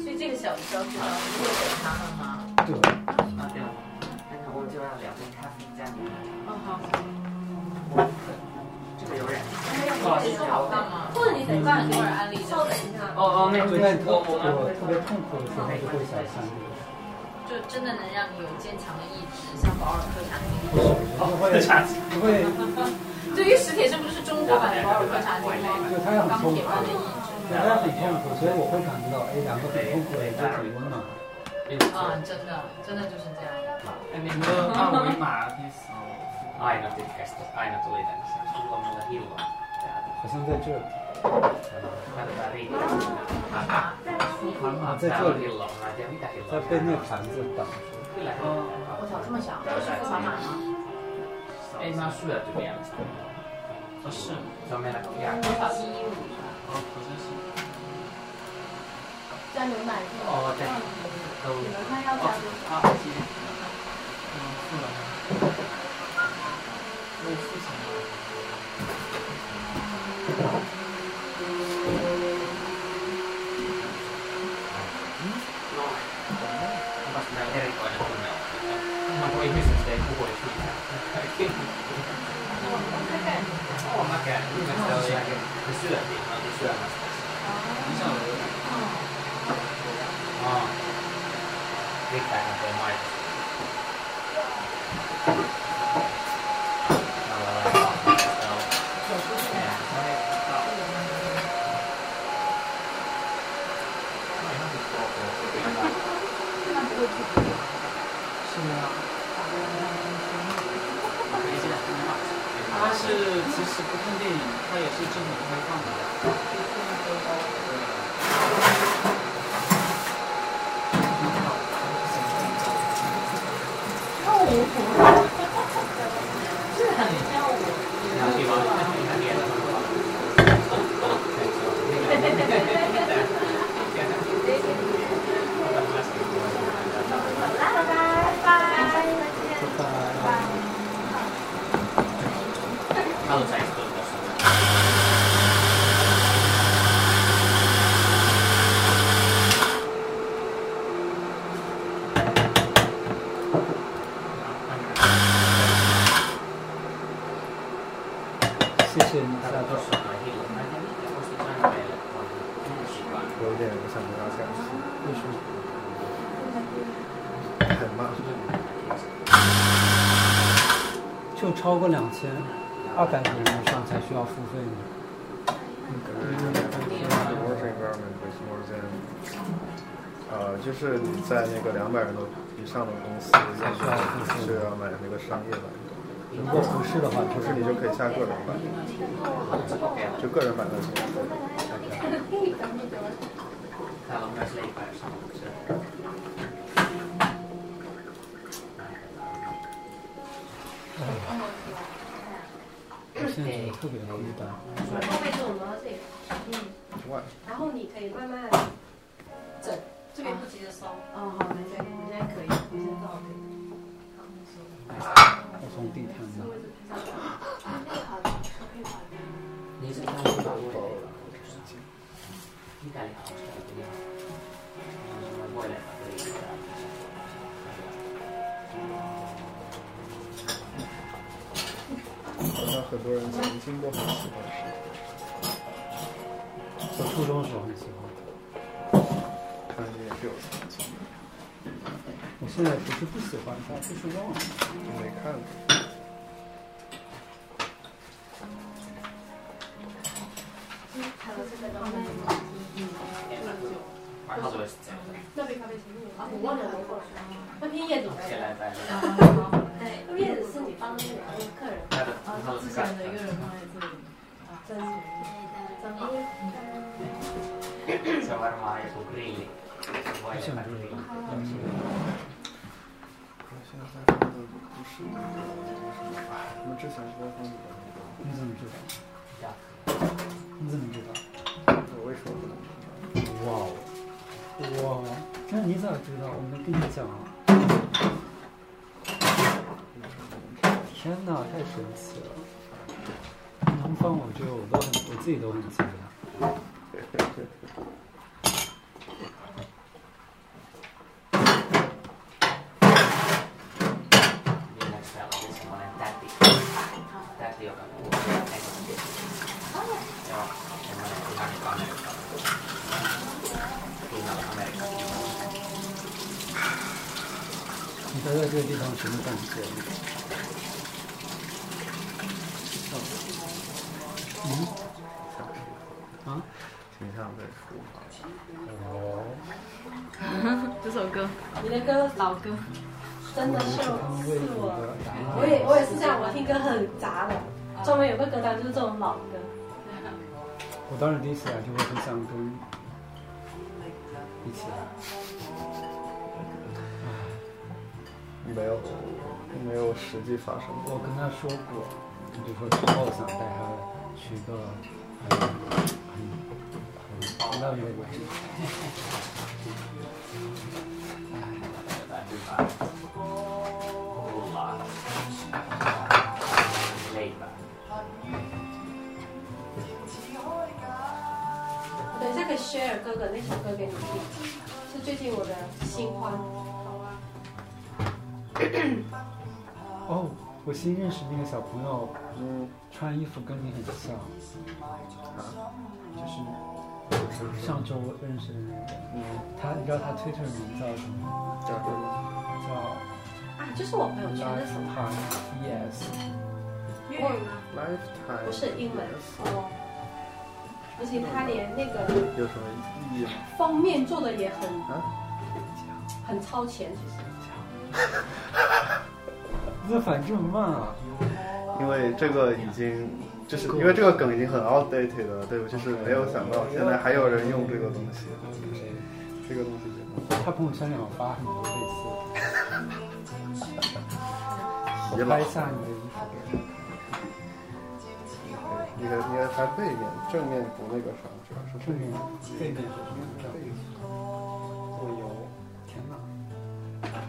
所以这个小小纸条是送给他们吗？对，啊对了，那个我就要两杯咖啡加牛奶。嗯好，这个有点。不好意思，好看吗？或者你等一下，半会儿安利稍的等，一下，哦哦，那对，但我我我我们特别痛苦的时候就会想象这个事就真的能让你有坚强的意志，像保尔柯察金。情，不会不会，对于史铁生不就是中国版的保尔柯察金吗？就他要很钢痛铁苦，般的意对他要很痛苦，所以我会感觉到，哎，两个很痛苦的人都挺温暖。志啊，真的，真的就是这样。那个二维码可以扫。 Aina pitkästä, aina tuli tänne. Sulla on mulla hilloa. 好像在这里， Laitetaan riittää. Varmaan Se täällä on tuli. hilloa. Mä en tiedä mitä hilloa. 在 on. 被那个盘子挡住。 Kyllä. 我操，这么小，这是扫码吗？ Ei mä oon syöty vielä sitä. 不是， Se on meillä jäänyt. 多少一一五是吧？哦，好像是。加牛奶是吧？ Oo, te. 你 Tuuli. 们看要加多少？啊，姐。嗯，付了。我付钱了。 Onpas meillä erikoinen tunne ollut. Mä kuin ihmiset ei puhuisi mitään. Oo, mäkään. Ihmiset oli jälkeen. Me syötiin. Mä oltiin syömässä. 你想我？ Aa. Mitähän toi maito? Tällä lailla. Tää on- Tää on- Tää on ihan pikku ok. 是啊。他是其实不看电影，他也是正常开放的。谢谢你，大家都是。有点不想跟大家讲，为什么？很慢。就超过两千二百个人以上才需要付费吗？ Work environment is more than，呃，就是你在那个两百人的以上的公司，是要买那个商业版的，如果不是的话，不就是是你就可以下个人版，就个人版的是免费的。 Täällä on myös leipää, jos haluat syödä. 我现在觉得特别孤单。后面这种东西， Why？然后你可以慢慢整，这边不急着收。哦好，没事，我现在可以，我现在正好可以。我从地摊拿。 Niin se on hyvä luoteilla. niin Mitä lihaa on sitä lihaa? Mä voin leipää riittää. 好像很多人曾经都很喜欢吃。我初中的时候很喜欢，看来你也是有曾经，我现在不是不喜欢它，就是忘了。你没看过。 Vai haluaisit sen? 那杯咖啡请你啊，我忘了我过那瓶叶子来， Siellä ei päin. 对，那瓶叶子是你帮那个客人 Täällä 哦啊，是 haluaisit 之前的一个 katsoa. 人放在这里，真 Se on varmaan joku grilli. 我也反正我现在在放的不是那个什么，哎，我们之前不在放你的那个，你怎么知道？你怎么知道？我为什么不能知道？哇哦，哇哦，那你咋知道？我没跟你讲啊！天哪，太神奇了！能放我这个，我都很，我自己都很惊讶。原来是要之前我来打底，打底要干嘛？那个东西，然后我们来看那个那个，对那个那个，你待在这个地方什么感觉？嗯？啊？挺像在书法，哦，这首歌你的歌老歌，真的是是安慰是你我，的答案。我也我也是这样，我听歌很杂的，专门有个歌单就是这种老歌。我当时第一次来啊就会很想跟你一起来。没有没有实际发生过。我跟他说过，我就说之后哦想带他去一个很很很浪漫的地方。累吧？我等一下可以 share 哥哥那首歌给你听，是最近我的新欢。哦，我新认识那个小朋友，嗯穿衣服跟你很像，啊，就是上周我认识的那个。嗯，他，你知道他推特名叫什么？这样吗？叫啊，就是我朋友圈的什么？ Lifetime Yes。粤语吗？ Lifetime 不是英文哦，而且他连那个有什么意义吗？封面做的也很啊，很超前，其实。你咋反应这么慢啊？因为这个已经就是因为这个梗已经很 outdated 了，对吧？就是没有想到现在还有人用这个东西，这个东西已他朋友圈里我发很多类似的。经我洗脑拍。下你的衣服。你的你的还背面，正面不那个啥，主要是正背面面。，背面是什么样的？我有，天哪！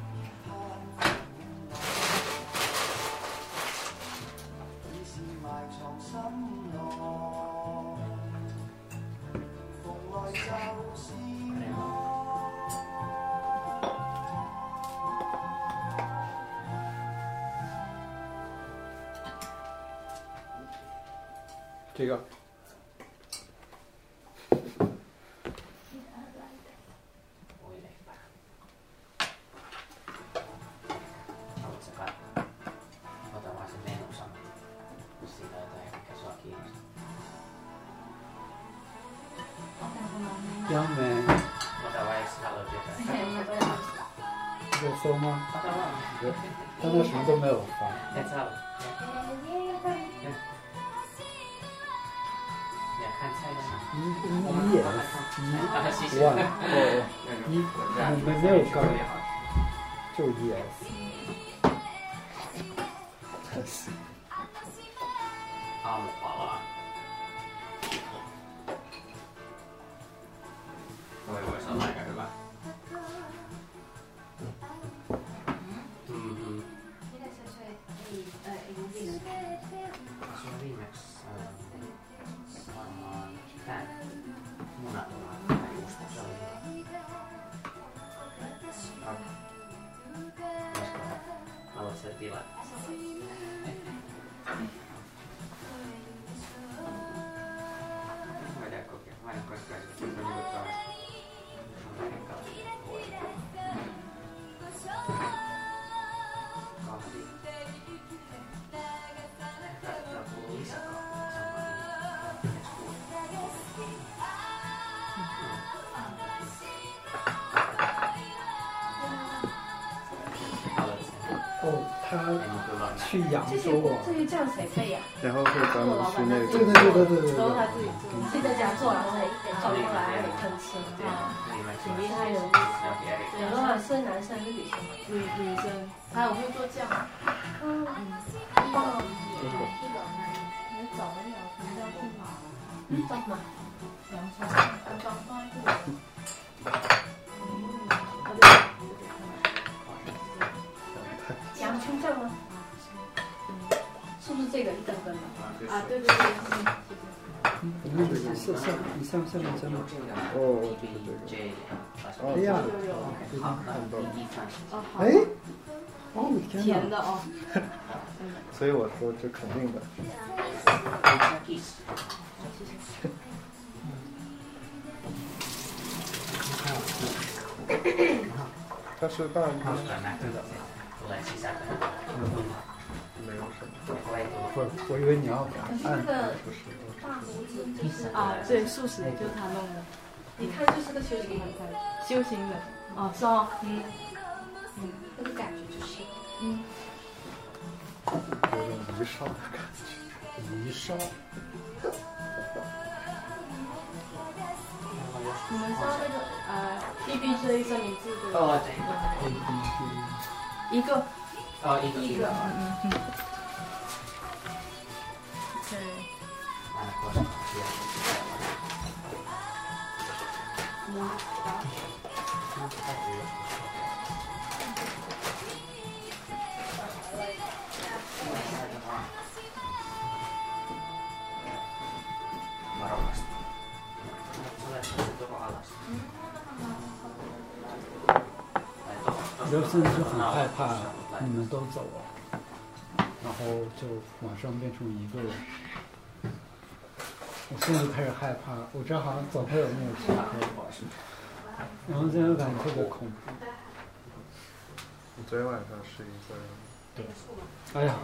这个我也累吧？我吃饭，我等会是那路上，洗了再开始给你。央美，我等会吃了就开始。有搜吗？他那什么都没有发。太差了。两看菜的呢？一一眼啊，谢一谢。万哦，一你们没有杠，就 yes。阿姆华拉。我我上哪个是吧？嗯嗯。说 remix，嗯，嗯，但木讷的话，还有什么声音？啊，那我设定了。Olha qual que é, olha qual que é, que eu vou botar. Olha. 哦，他去扬这些州啊，这些酱谁备呀？然后是咱们去那个，对对对对对对都对他自己做，自己在家做，然后再找过来给他们吃。挺厉害的。有多少是男生还是女生？女女生，还有会做酱，嗯，棒哦！这个你找不了，可能要去买。叫什么？洋葱，刚刚放一个。洋葱酱吗？是不是这个一根根的？啊，对对对，你看你像像你像像不像？哦，就是这个，哦哎呀，已经看到了，哦好，哎，哦我的天哪甜！的哦，所以我说这肯定的，它是大米，没有什么，不是，我以为你要给他按，不是，大胡子就是啊对，素食就是他弄的，一看就是个修行人，修行人，哦是哦，嗯那个感觉就是嗯，有种遗少的感觉。泥烧，你们知道那个呃 B B J 三明治对吧？哦，对，一个，哦，一个一个，嗯嗯，对，刘现在就很害怕你们都走了，然后就马上变成一个人。我现在就开始害怕，我这好像总会有那种时刻，然后现在感觉特别恐怖。你昨天晚上是一个人，哎呀，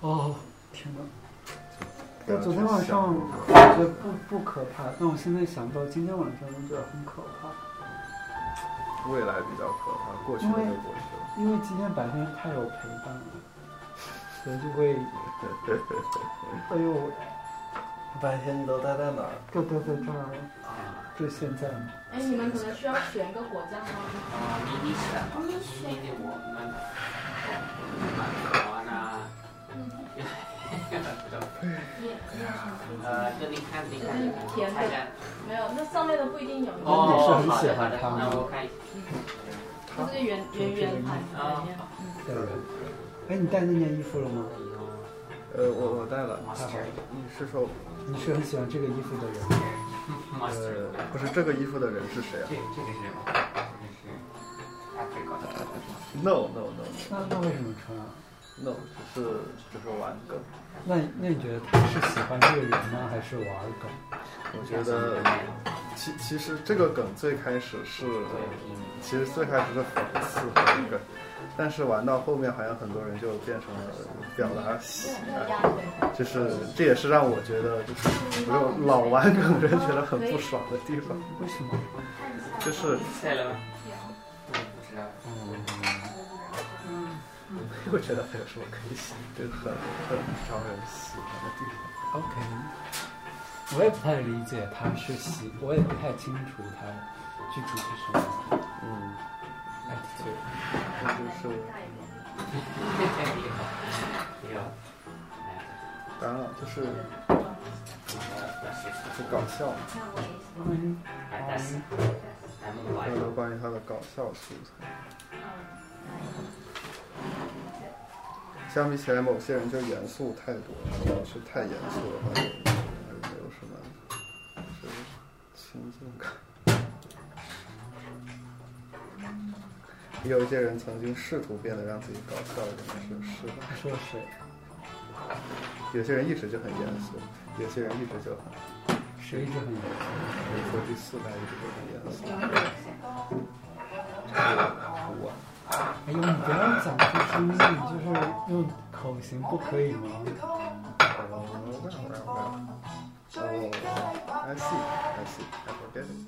哦，天哪！但昨天晚上我觉得不不可怕，但我现在想到今天晚上，我觉得很可怕，未来比较可怕，过去的就过去了。因为今天白天太有陪伴了，所以就 会，哎呦，白天你都待在哪儿？就待在这儿，就现在。哎你们可能需要选个果酱吗？没有，那上面的不一定有，哦它是个圆圆圆盘子里面，对。哎，你带那件衣服了吗？呃，我我带了。你是说，你哦是很喜欢这个衣服的人，呃，不是这个衣服的人是谁啊？No No No 那那为什么穿啊？ No，只是就是玩梗。那那你觉得他是喜欢这个人呢，还是玩梗？我觉得其其实这个梗最开始是，其实最开始是讽刺和一个，但是玩到后面好像很多人就变成了表达喜爱，就是这也是让我觉得就是有种老玩梗人觉得很不爽的地方，为什么？就是嗯又觉得还有什么可以写，这个很很招人喜欢的地方。 OK，我也不太理解他是喜，我也不太清楚他具体是什么。嗯，哎，对，这就是当然了，就是很搞笑嘛，嗯，很多关于他的搞笑素材。相比起来，某些人就严肃太多了。如果是太严肃的话，就没有什么就是亲近感。也有一些人曾经试图变得让自己搞笑一点，但是失败。他说谁？有些人一直就很严肃，有些人一直就很……谁一直很严肃？你说第四代一直都很严肃。啊我哎呦，你不要讲出声音，就是用口型，不可以吗？哦，I see, I see, I forget it。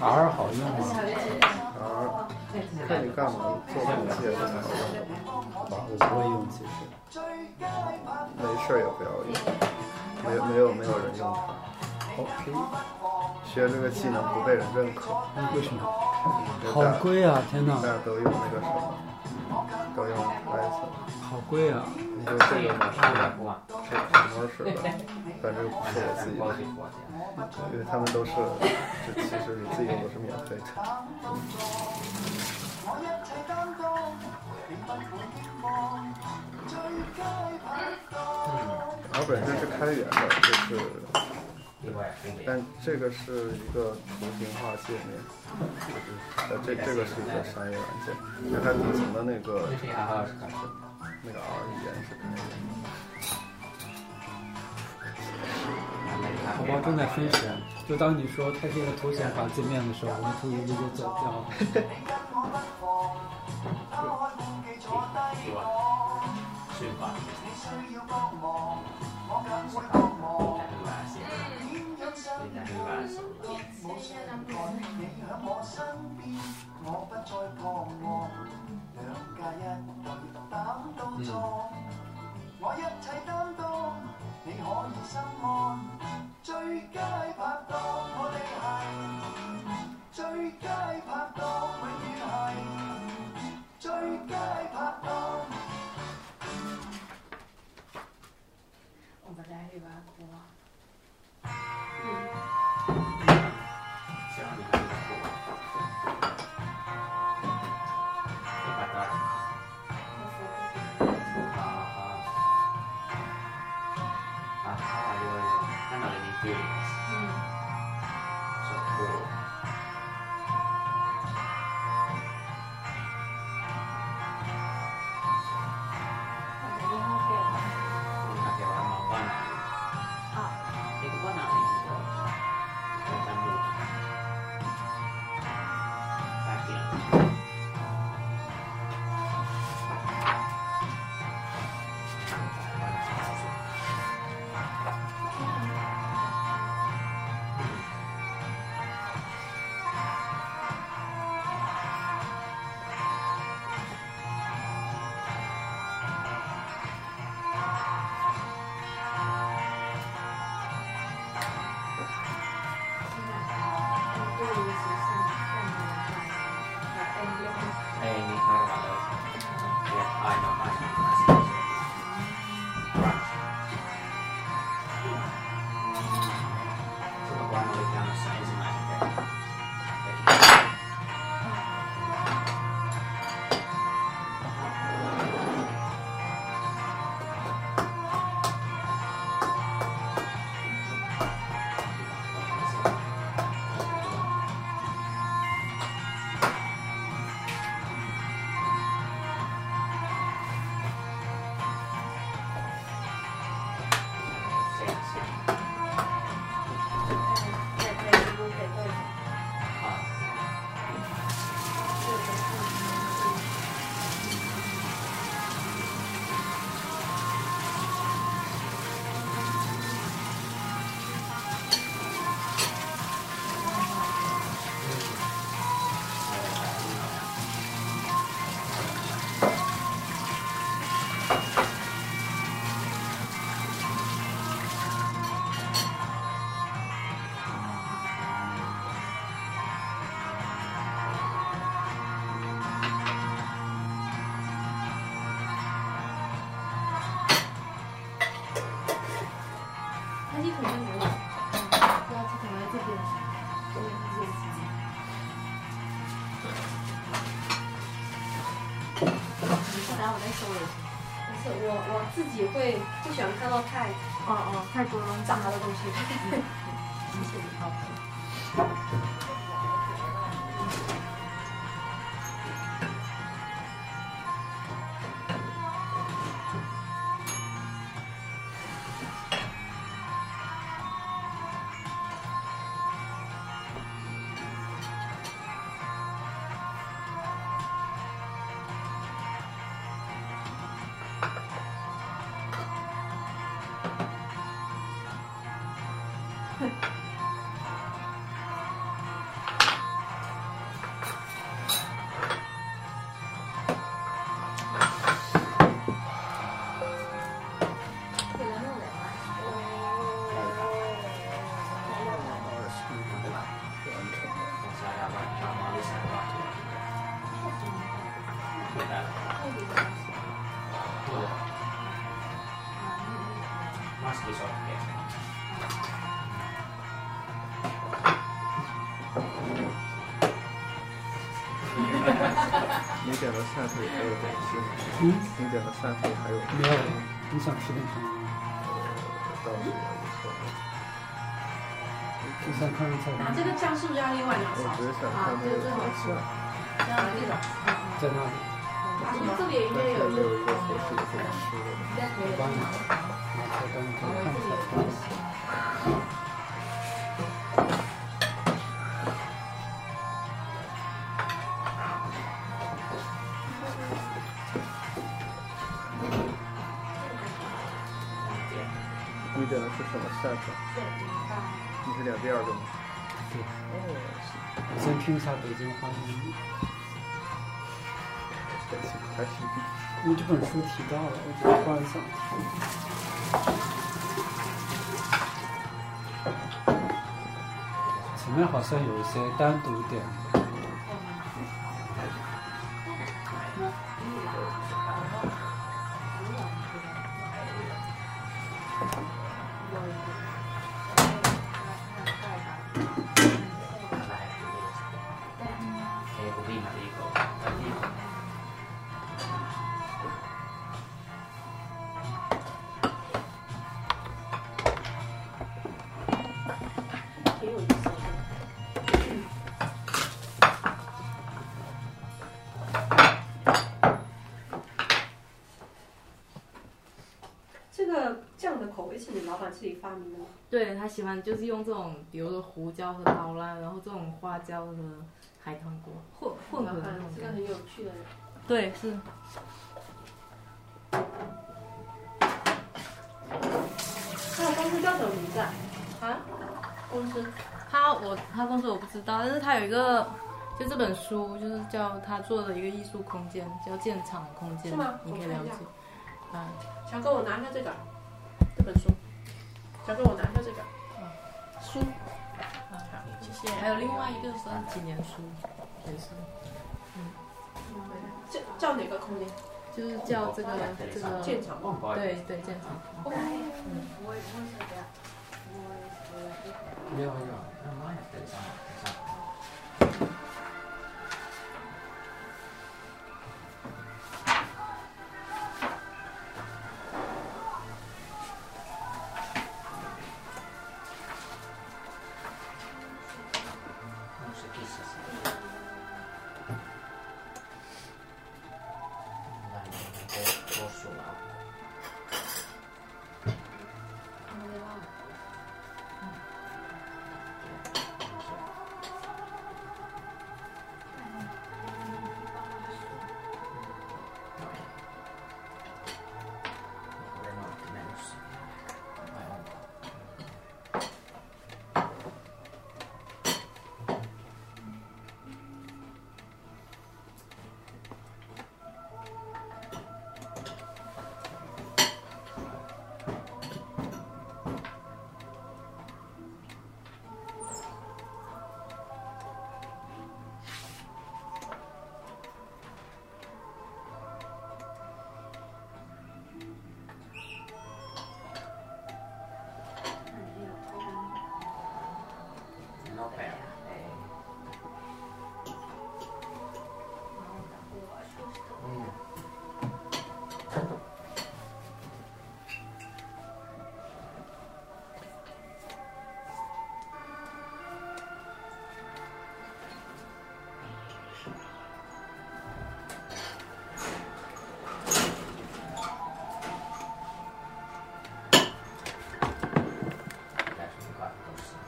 R 好用吗？ R，看你干嘛做笔记也不太好用。我不会用，其实。没事也不要用，没有没有没有人用它。 OK。学这个技能不被人认可。为什么？好贵啊！天哪！大家都用那个什么，都用 Python。好贵啊！你就这个模式吧，是什么式的？反正不是我自己啊的，因为他们都是，这其实你自己用的是免费的。然后本身是开源的，就是。但这个是一个图形化界面，呃，这这个是一个商业软件，那它底层的那个那个 R 语言是开源的。宝宝正在分神，就当你说它是一个图形化界面的时候，我们图一就走掉了。我们来一把锅。回答，对的，マジでしょって。你点的散会还有东西吗？嗯你点的散会还有没有，你想吃点什么？倒是也不错。就想看看菜拿单这个酱是不是要另外拿我勺只子是？想看那个好像，在这样这种。那里，这里应但该是有没有一个合适的可以吃的。我帮你拿菜单，你看一下。你点的是什么扇子？你是点第二个吗？对哦，我先听一下北京话音。还行，还行。因为这本书提到了，我觉得突然想提。前面好像有一些单独点，英語 B まで行こう。挺有意思的。这个酱的口味是你老板自己发明的吗？对他喜欢就是用这种，比如说胡椒和刀啦，然后这种花椒和海棠果混混合的那种这个感觉。很有趣的，对，是。那我公司叫什么名字啊？啊？公司他我他公司我不知道，但是他有一个，就这本书就是叫他做的一个艺术空间，叫建厂空间，是吗你可以我了看一下解。啊，强哥，我拿一下这个这本书。强哥，我拿一下这个书。谢谢。还有另外一个是几年书，也是，这叫哪个空间？就是叫这个这个建厂吗？对对建厂。いやいや、何やってるさ。No p e r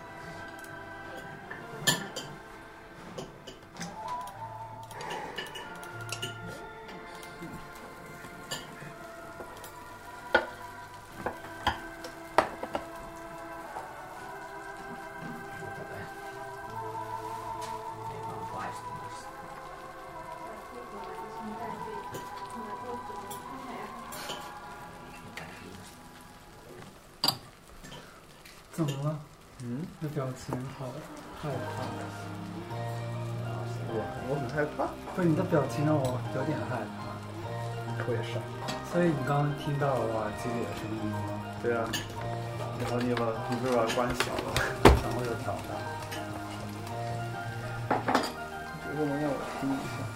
怎么了？嗯，这表情好害怕。我我很害怕。不是你的表情让我有点害怕。我也是。所以你刚刚听到了吉里的声音吗？对啊。然后你把你不是把它关小了吗？然后又调大。这个能让我听一下。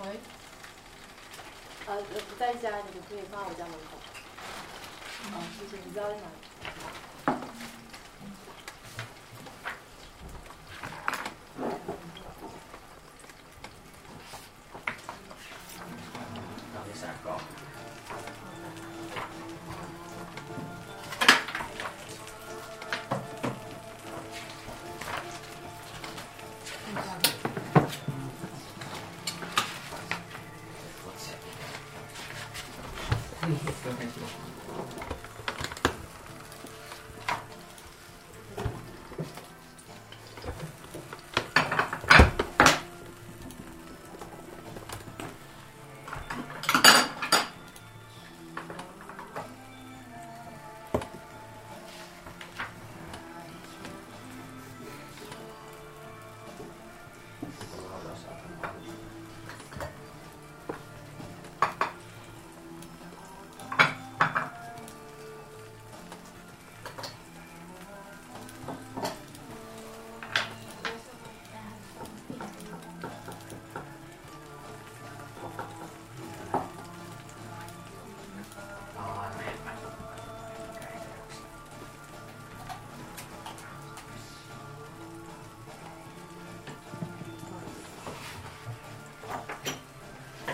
喂，呃，我不在家，你可以放我家门口。哦，谢谢，你知道在哪里？搞的啥搞？我操！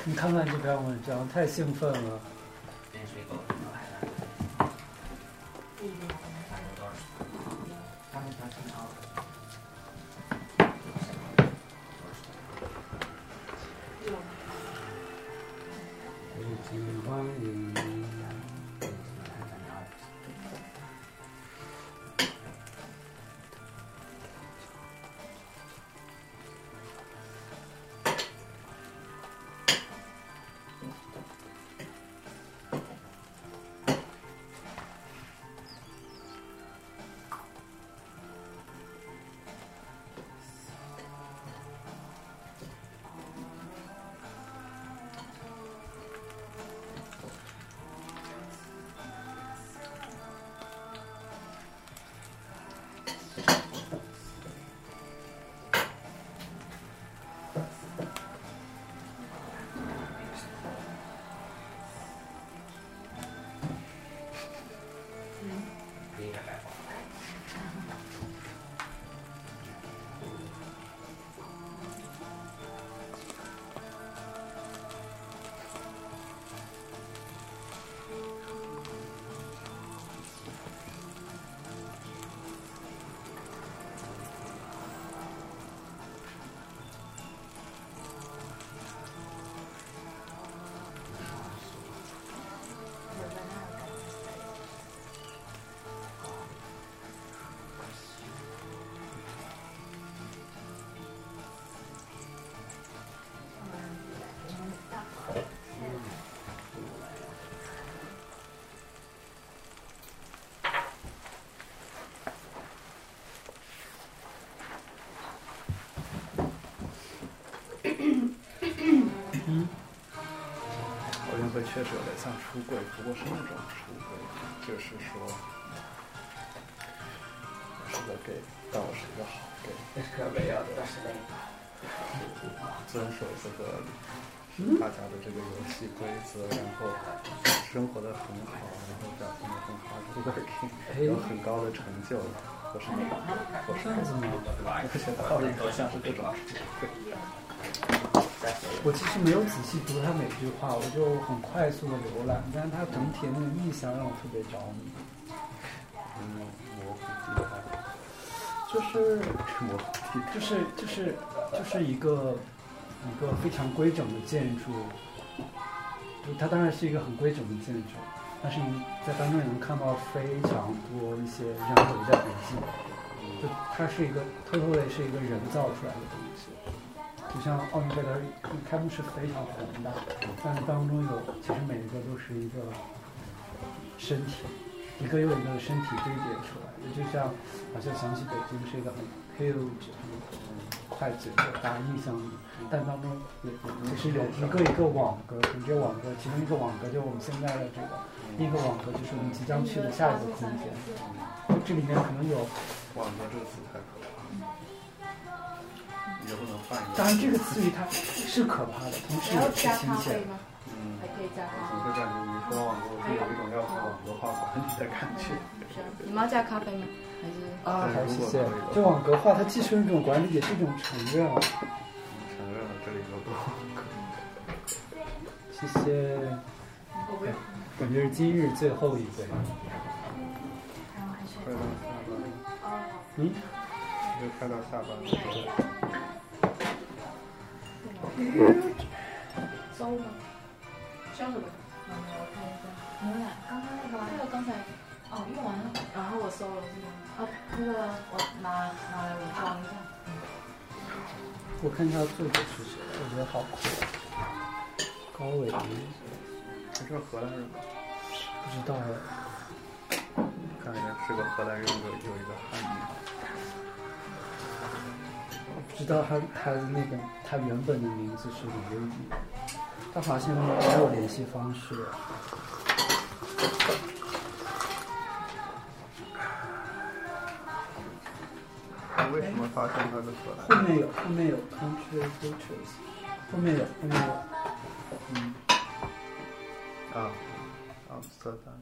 你看看这篇文章，太兴奋了。真是一个不能来的。反正多少？他们他经常。北京欢迎你。不应该白话。奥运会确实有点像出柜，不过是那种出柜，就是说，我是个 gay，但我是一个好 gay，可没有，但是那遵守这个大家的这个游戏规则，然后是生活的很好，然后表现的很好，working，有很高的成就。我是没有，我是样子吗？我觉得奥利给像是各种。我其实没有仔细读他每句话，我就很快速的浏览，但是他整体的那个意象让我特别着迷。嗯，模糊地带，就是模糊地带，就是就是就是一个一个非常规整的建筑，就它当然是一个很规整的建筑，但是你在当中也能看到非常多一些人为的痕迹，就它是一个 totally 是一个人造出来的东西。就像奥运会的开幕式非常宏大，但是当中有其实每一个都是一个身体，一个又一个身体堆叠出来的，就像好像想起北京是一个很 huge 很快节奏大家印象里，但当中也其实有一个一个网格，有这个网格，其中一个网格就是我们现在的这个，另一个网格就是我们即将去的下一个空间，这里面可能有网格这个词太可怕了。以后能换一个。当然，这个词语它是可怕的，同时也要是加新咖鲜啡的。吗？嗯，还可以加总咖会感觉你说网络，就有一种要去网络化管理的感觉。啡。哦你们要加咖啡吗？还是啊，好，谢谢对。这网格化，它既是一种管理，也是一种承认。啊承认了这里有个谢谢。感觉是今日最后一杯。嗯，快到下班，就快到下班了。收吗？消什么？牛奶刚刚那个这个刚才，哦用完了，然后我收了这个。啊那个我拿拿来我装一下。我看一下作者是谁，我觉得好酷。啊高伟宁，他是荷兰人吧？不知道哎。看一下，是个荷兰人，有有一个汉语。我不知道他他的那个他原本的名字是李威迪，他好像没有联系方式。呃为什么发现他是荷兰后面有后面有 country futures，后面有后面有。人？啊，阿姆斯特丹。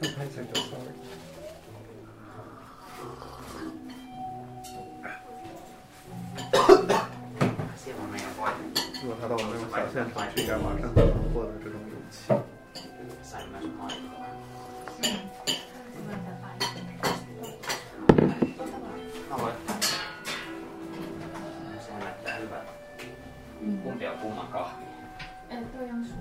我拍这个，sorry。如果他到我们这种小县城去，应该马上就能获得这种勇气。哎，豆浆水。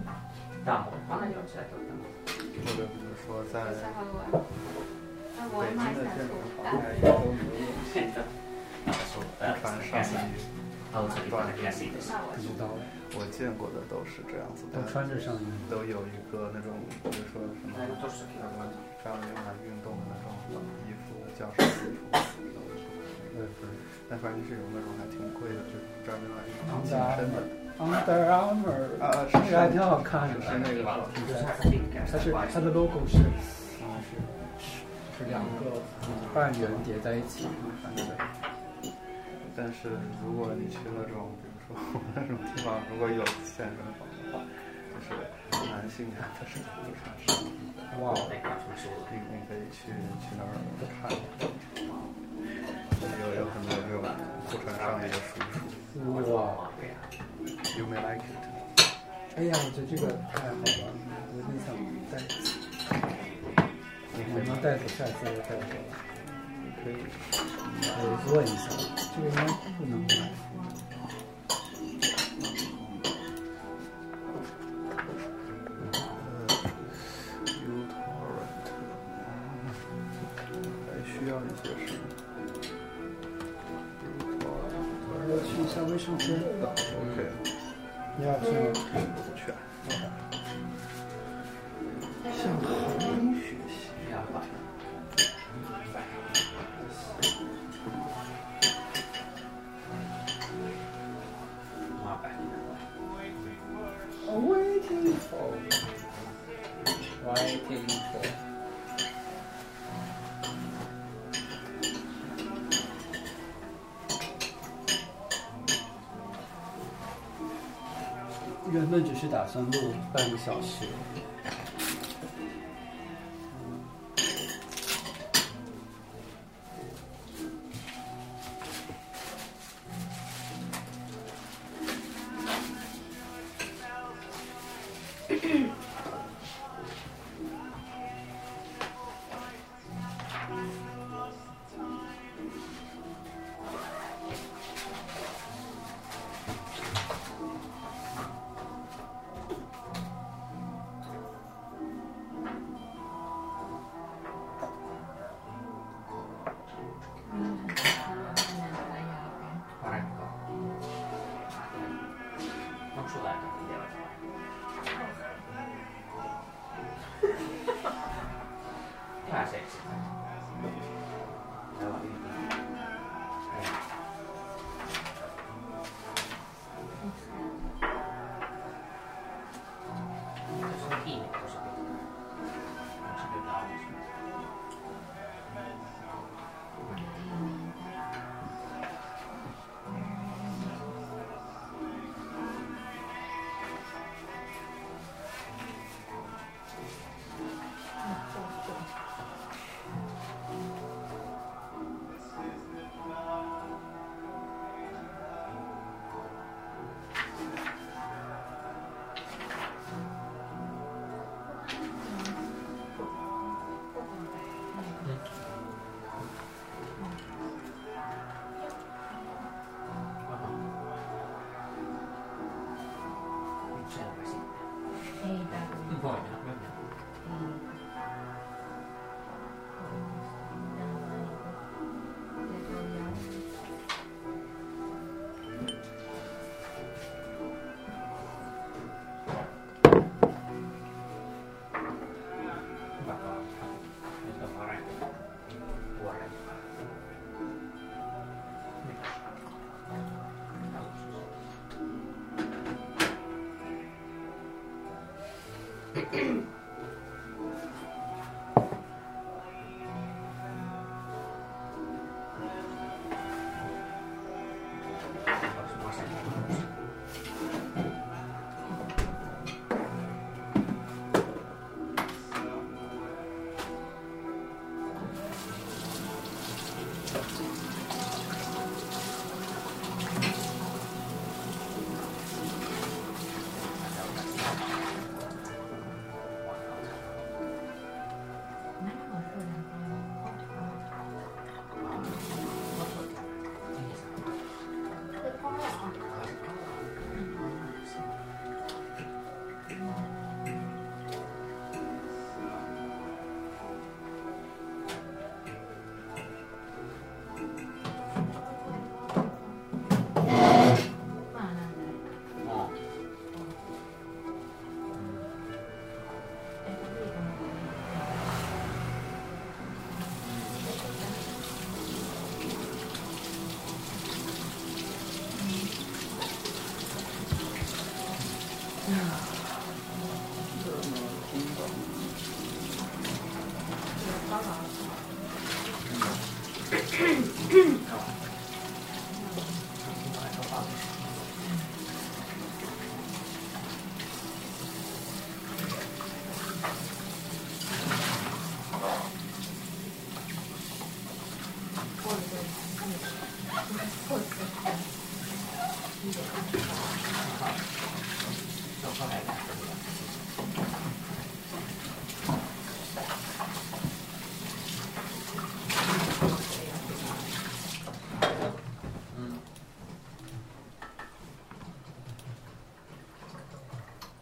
或者比如说在我下北回我。哎，我京买的一下县醋城，大旁边都没有勇气，一传下上我不。知道了，我见过的都是这样子都的。穿着上衣。都有一个那种，比如说什么，呃，专门用来运动的那种衣服，叫什么衣服？呃，不是，但反正就是有那种还挺贵的，就是专门来用健身的。 Under Armour，啊啊，是那个还挺好看是的。是那个吧？它是它的 logo 是，是两个半圆叠在一起的反正嗯但是如果你去那种，比如说那种地方，如果有健身房的话，就是男性啊，他是不穿上衣的。哇，你你可以去去那儿看，有有很多这种不穿上衣的叔叔哇， ，You may like it。哎呀，我觉得这个太好了，我真想带，我能带走，下次就带走了。可以，我问一下，这个应该不能买。呃，uTorrent，还需要一些什么？uTorrent，OK，我要去一下卫生间，你要去吗？不全。向韩语学习， Waiting for. Waiting for. 我原本只是打算录半个小时，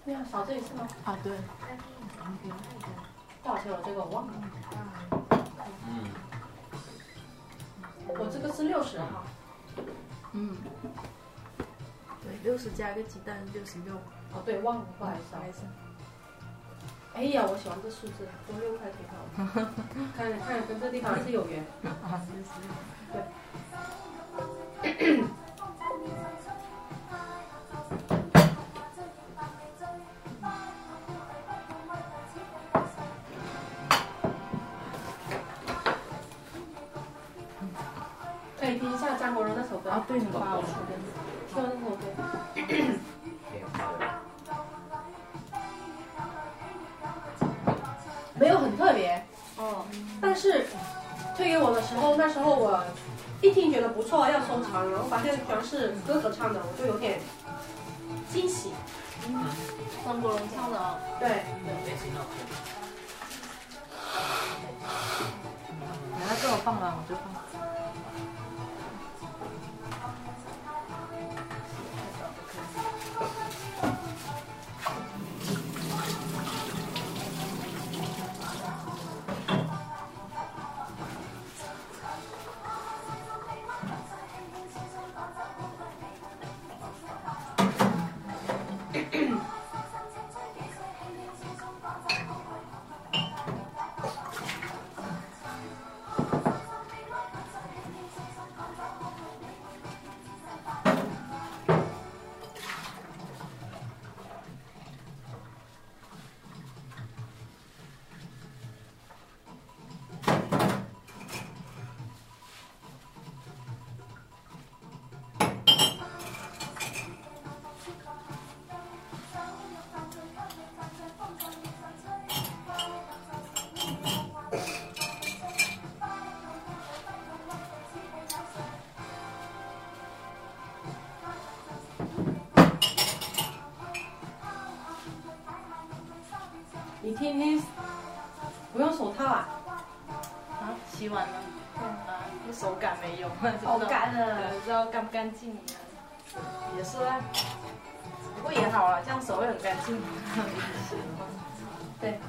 对啊，扫这里是吗？啊，对，多少钱？我这个我忘了。嗯，我这个是六十哈。嗯，对，六十加个鸡蛋六十六，哦，对，忘了，不好意思啊。没事。哎呀，我喜欢这数字，啊多六块挺好的。看着看着跟这地方是有缘。啊，谢谢。嗯可以听一下张国荣那首歌啊，对你发我听那首歌。没有，特别。哦，但是推给我的时候，那时候我一听觉得不错，要收藏，然后发现全是哥哥唱的，我就有点惊喜。张国荣唱的哦，对，别洗脑了。等他给我放完我就放。你听听，不用手套啊，啊，洗碗了，啊，这手感没用，好干啊！不知道干不干净啊。也是啊，不过也好啊，这样手会很干净。对，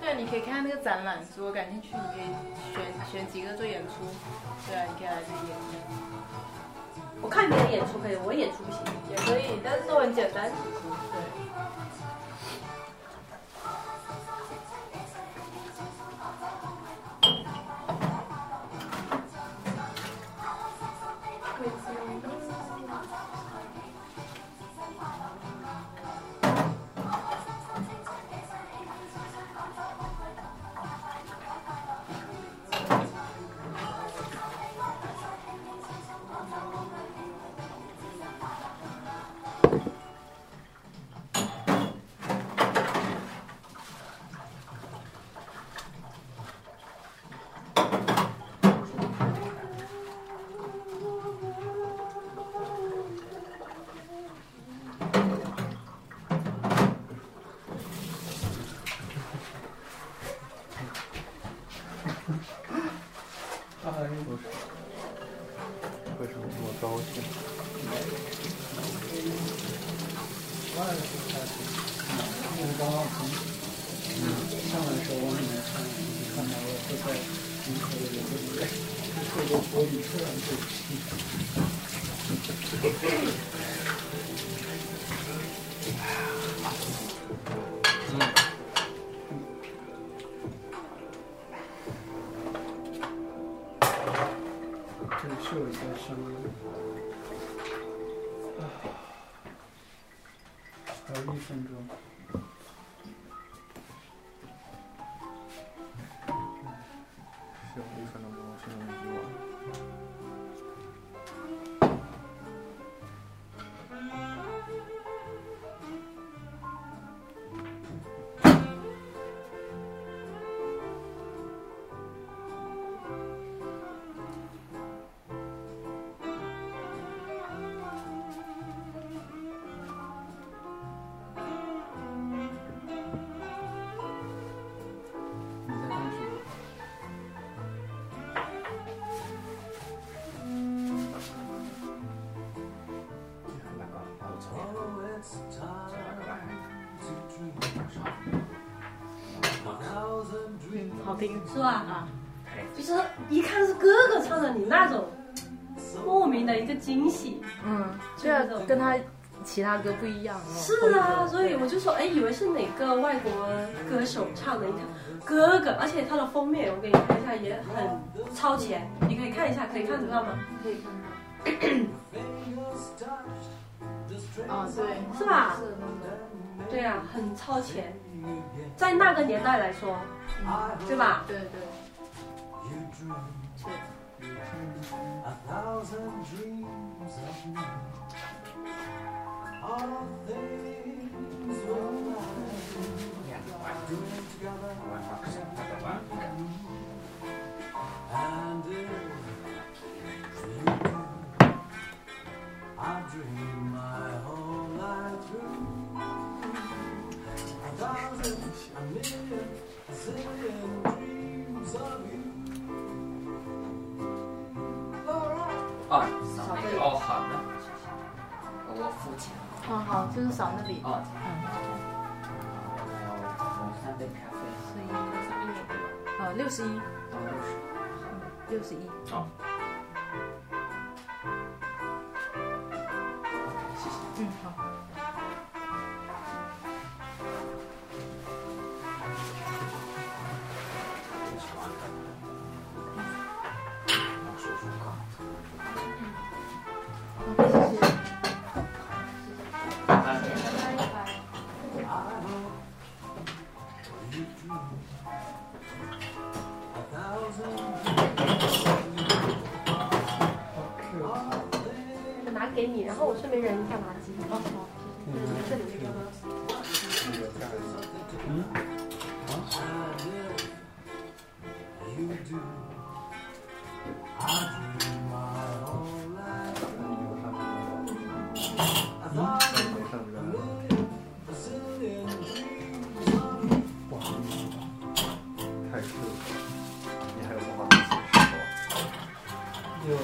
对，你可以看那个展览，如果感兴趣，你可以选选几个做演出。对啊，你可以来这里演一下。我看别人演出可以，我演出不行。也可以，但是都很简单，其实对。为什么这么高兴？我刚刚从上来的时候往里面看，看到我坐在门口的人里面，透过玻璃突然就真是有一些声音。啊还有一分钟。行，一分钟，我心中已经完了。你在看什么？好听是吧？啊，就是一看是哥哥唱的，你那种莫名的一个惊喜。嗯，对啊，跟他其他歌不一样哦。是啊，所以我就说，哎，以为是哪个外国歌手唱的，一看哥哥，而且它的封面我给你看一下，也很超前，你可以看一下，可以看得到吗？可以看到。啊，对，是吧？是那对啊，很超前，在那个年代来说，嗯对吧？对对。是我哦，好的，我付钱。嗯，好，就是扫那里。哦，嗯，我三杯咖啡。所以三杯呃，六十一。六十一。好。谢谢。嗯，好。嗯我拿给你，然后我顺便让你再拿几个。这里这个。嗯。太酷了！你还有办法有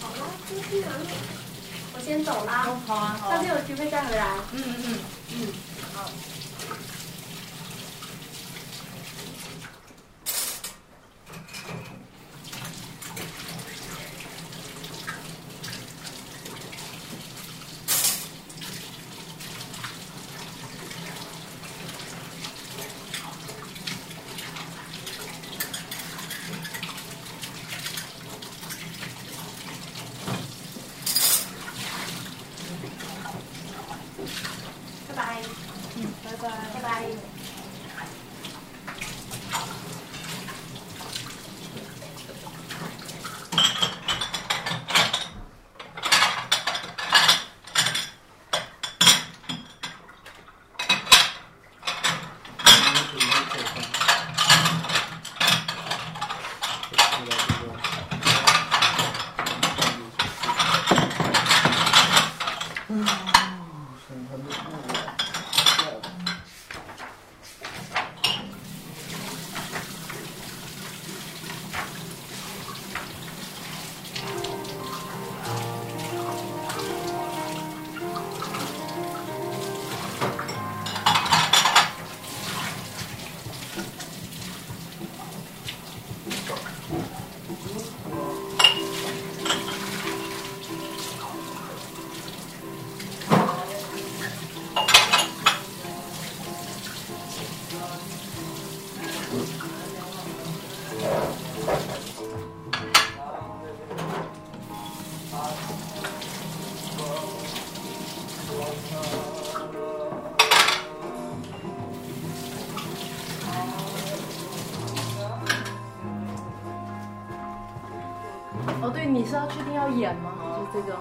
好啦，出去了，我先走啦。好啊，好啊下次有机会再回来。嗯嗯嗯嗯，好。拜拜。嗯，拜拜，拜拜。哦，对，你是要确定要演吗？就是这个，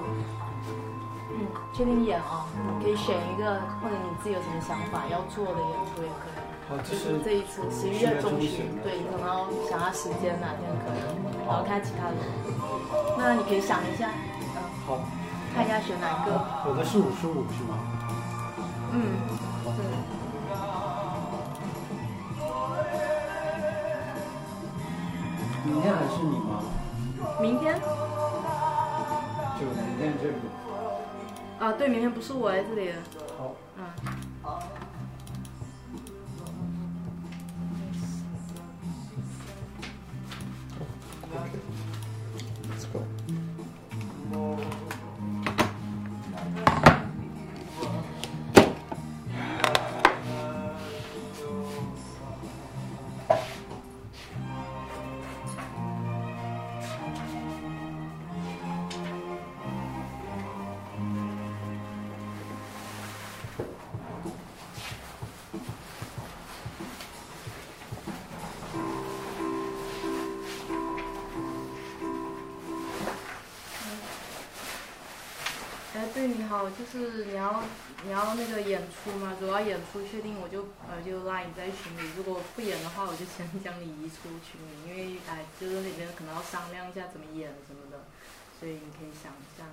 嗯，确定演啊、可以选一个，或者你自己有什么想法要做的演出也可以。哦这就是这一次十一11月月中中旬旬，对，可能要想要时间哪天可能，然后看其他人。那你可以想一下，嗯，好，看一下选哪一个。我的是五十五是吗？嗯，明天还是你吗？明天就明天这个。啊，对，明天不是我哎，这里。好。嗯。拜拜。哎你好，就是你要你要那个演出吗？主要演出确定我就呃就拉你在群里，如果不演的话，我就先 将你移出群里，因为哎、就是里面可能要商量一下怎么演什么的，所以你可以想一下，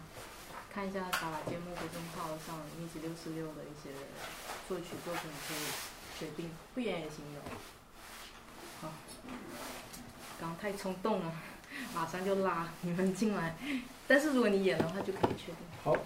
看一下打瓦节目公众号上一起六四六的一些作曲作品可以决定，不演也行的。好，刚太冲 动了，马上就拉你们进来，但是如果你演的话就可以确定。好，